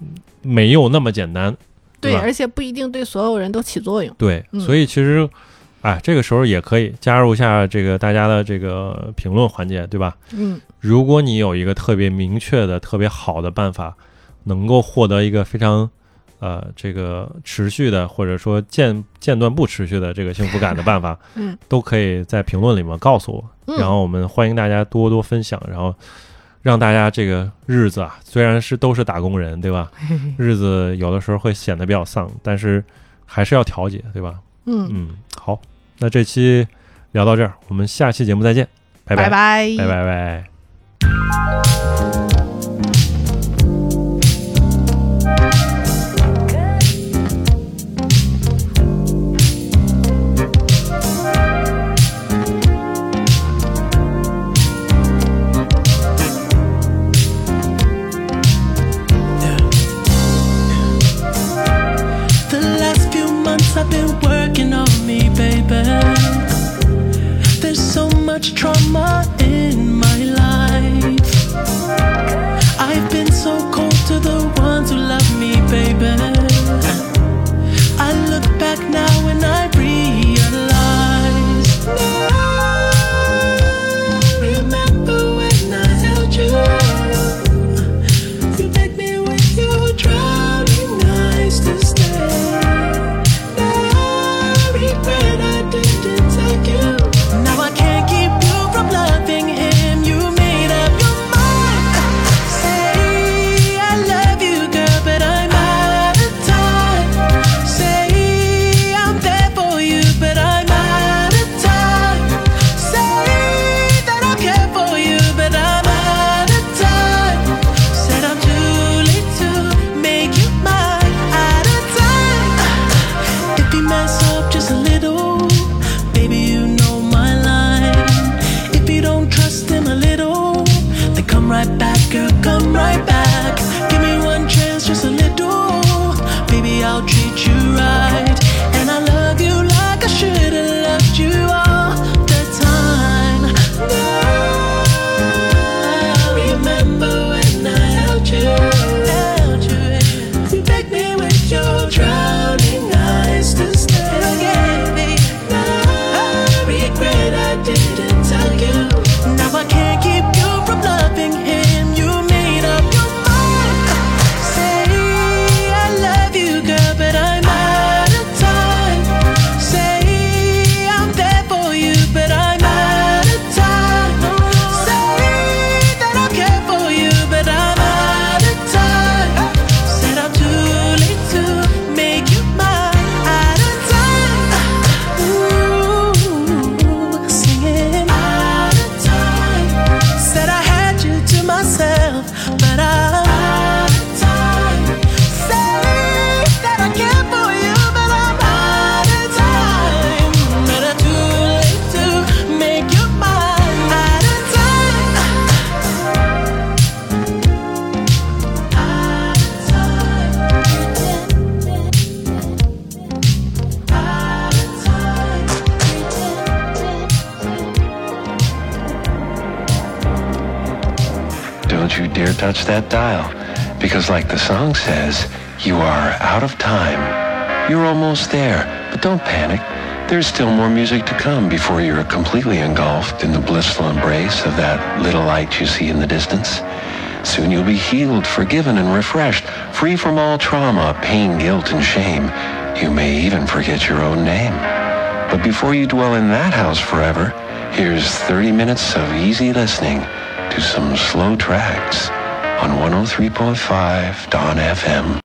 Speaker 1: 嗯没有那么简单。对
Speaker 2: 对，
Speaker 1: 吧
Speaker 2: 而且不一定对所有人都起作用。
Speaker 1: 对，
Speaker 2: 嗯
Speaker 1: 所以其实，哎，这个时候也可以加入一下这个大家的这个评论环节，对吧？
Speaker 2: 嗯，
Speaker 1: 如果你有一个特别明确的、特别好的办法，能够获得一个非常呃这个持续的，或者说间间断不持续的这个幸福感的办法，
Speaker 2: 嗯，
Speaker 1: 都可以在评论里面告诉我。
Speaker 2: 嗯
Speaker 1: 然后我们欢迎大家多多分享，然后让大家这个日子啊，虽然是都是打工人，对吧？日子有的时候会显得比较丧，但是还是要调节，对吧？
Speaker 2: 嗯，
Speaker 1: 嗯，好，那这期聊到这儿，我们下期节目再见，拜拜
Speaker 2: 拜
Speaker 1: 拜
Speaker 2: 拜
Speaker 1: 拜拜。
Speaker 3: The last few months I've been working on me, baby. There's so much trauma in my life. right back, girl, come right back. Give me one chance, just a little. Baby, I'll treat you right. And I love you like I should have loved you all the time. Now I remember when I held you, held you. You begged me with your drowning eyes to stay again. I regret I didn't tell you. Now I can't keep you from loving him. You made up your mind. Say I love you, girl, but I'm out of time. Say I'm there for you, but I'm out of time. Say that I'll care for you, but I'm out of time. Said I'm too late to make you mine. Out of time. Ooh, singing out of time. Said I had you to myself, but I'm out of time. Say that I care for you, but I'm out of time. But I'm too late to make you mine. Out of time. Out of time. Out of time.
Speaker 4: Don't you dare touch that dial, because like the song says, you are out of time. You're almost there, but don't panic. There's still more music to come before you're completely engulfed in the blissful embrace of that little light you see in the distance. Soon you'll be healed, forgiven, and refreshed, free from all trauma, pain, guilt, and shame. You may even forget your own name. But before you dwell in that house forever, here's 30 minutes of easy listening oh to some slow tracks on 103.5 Don FM.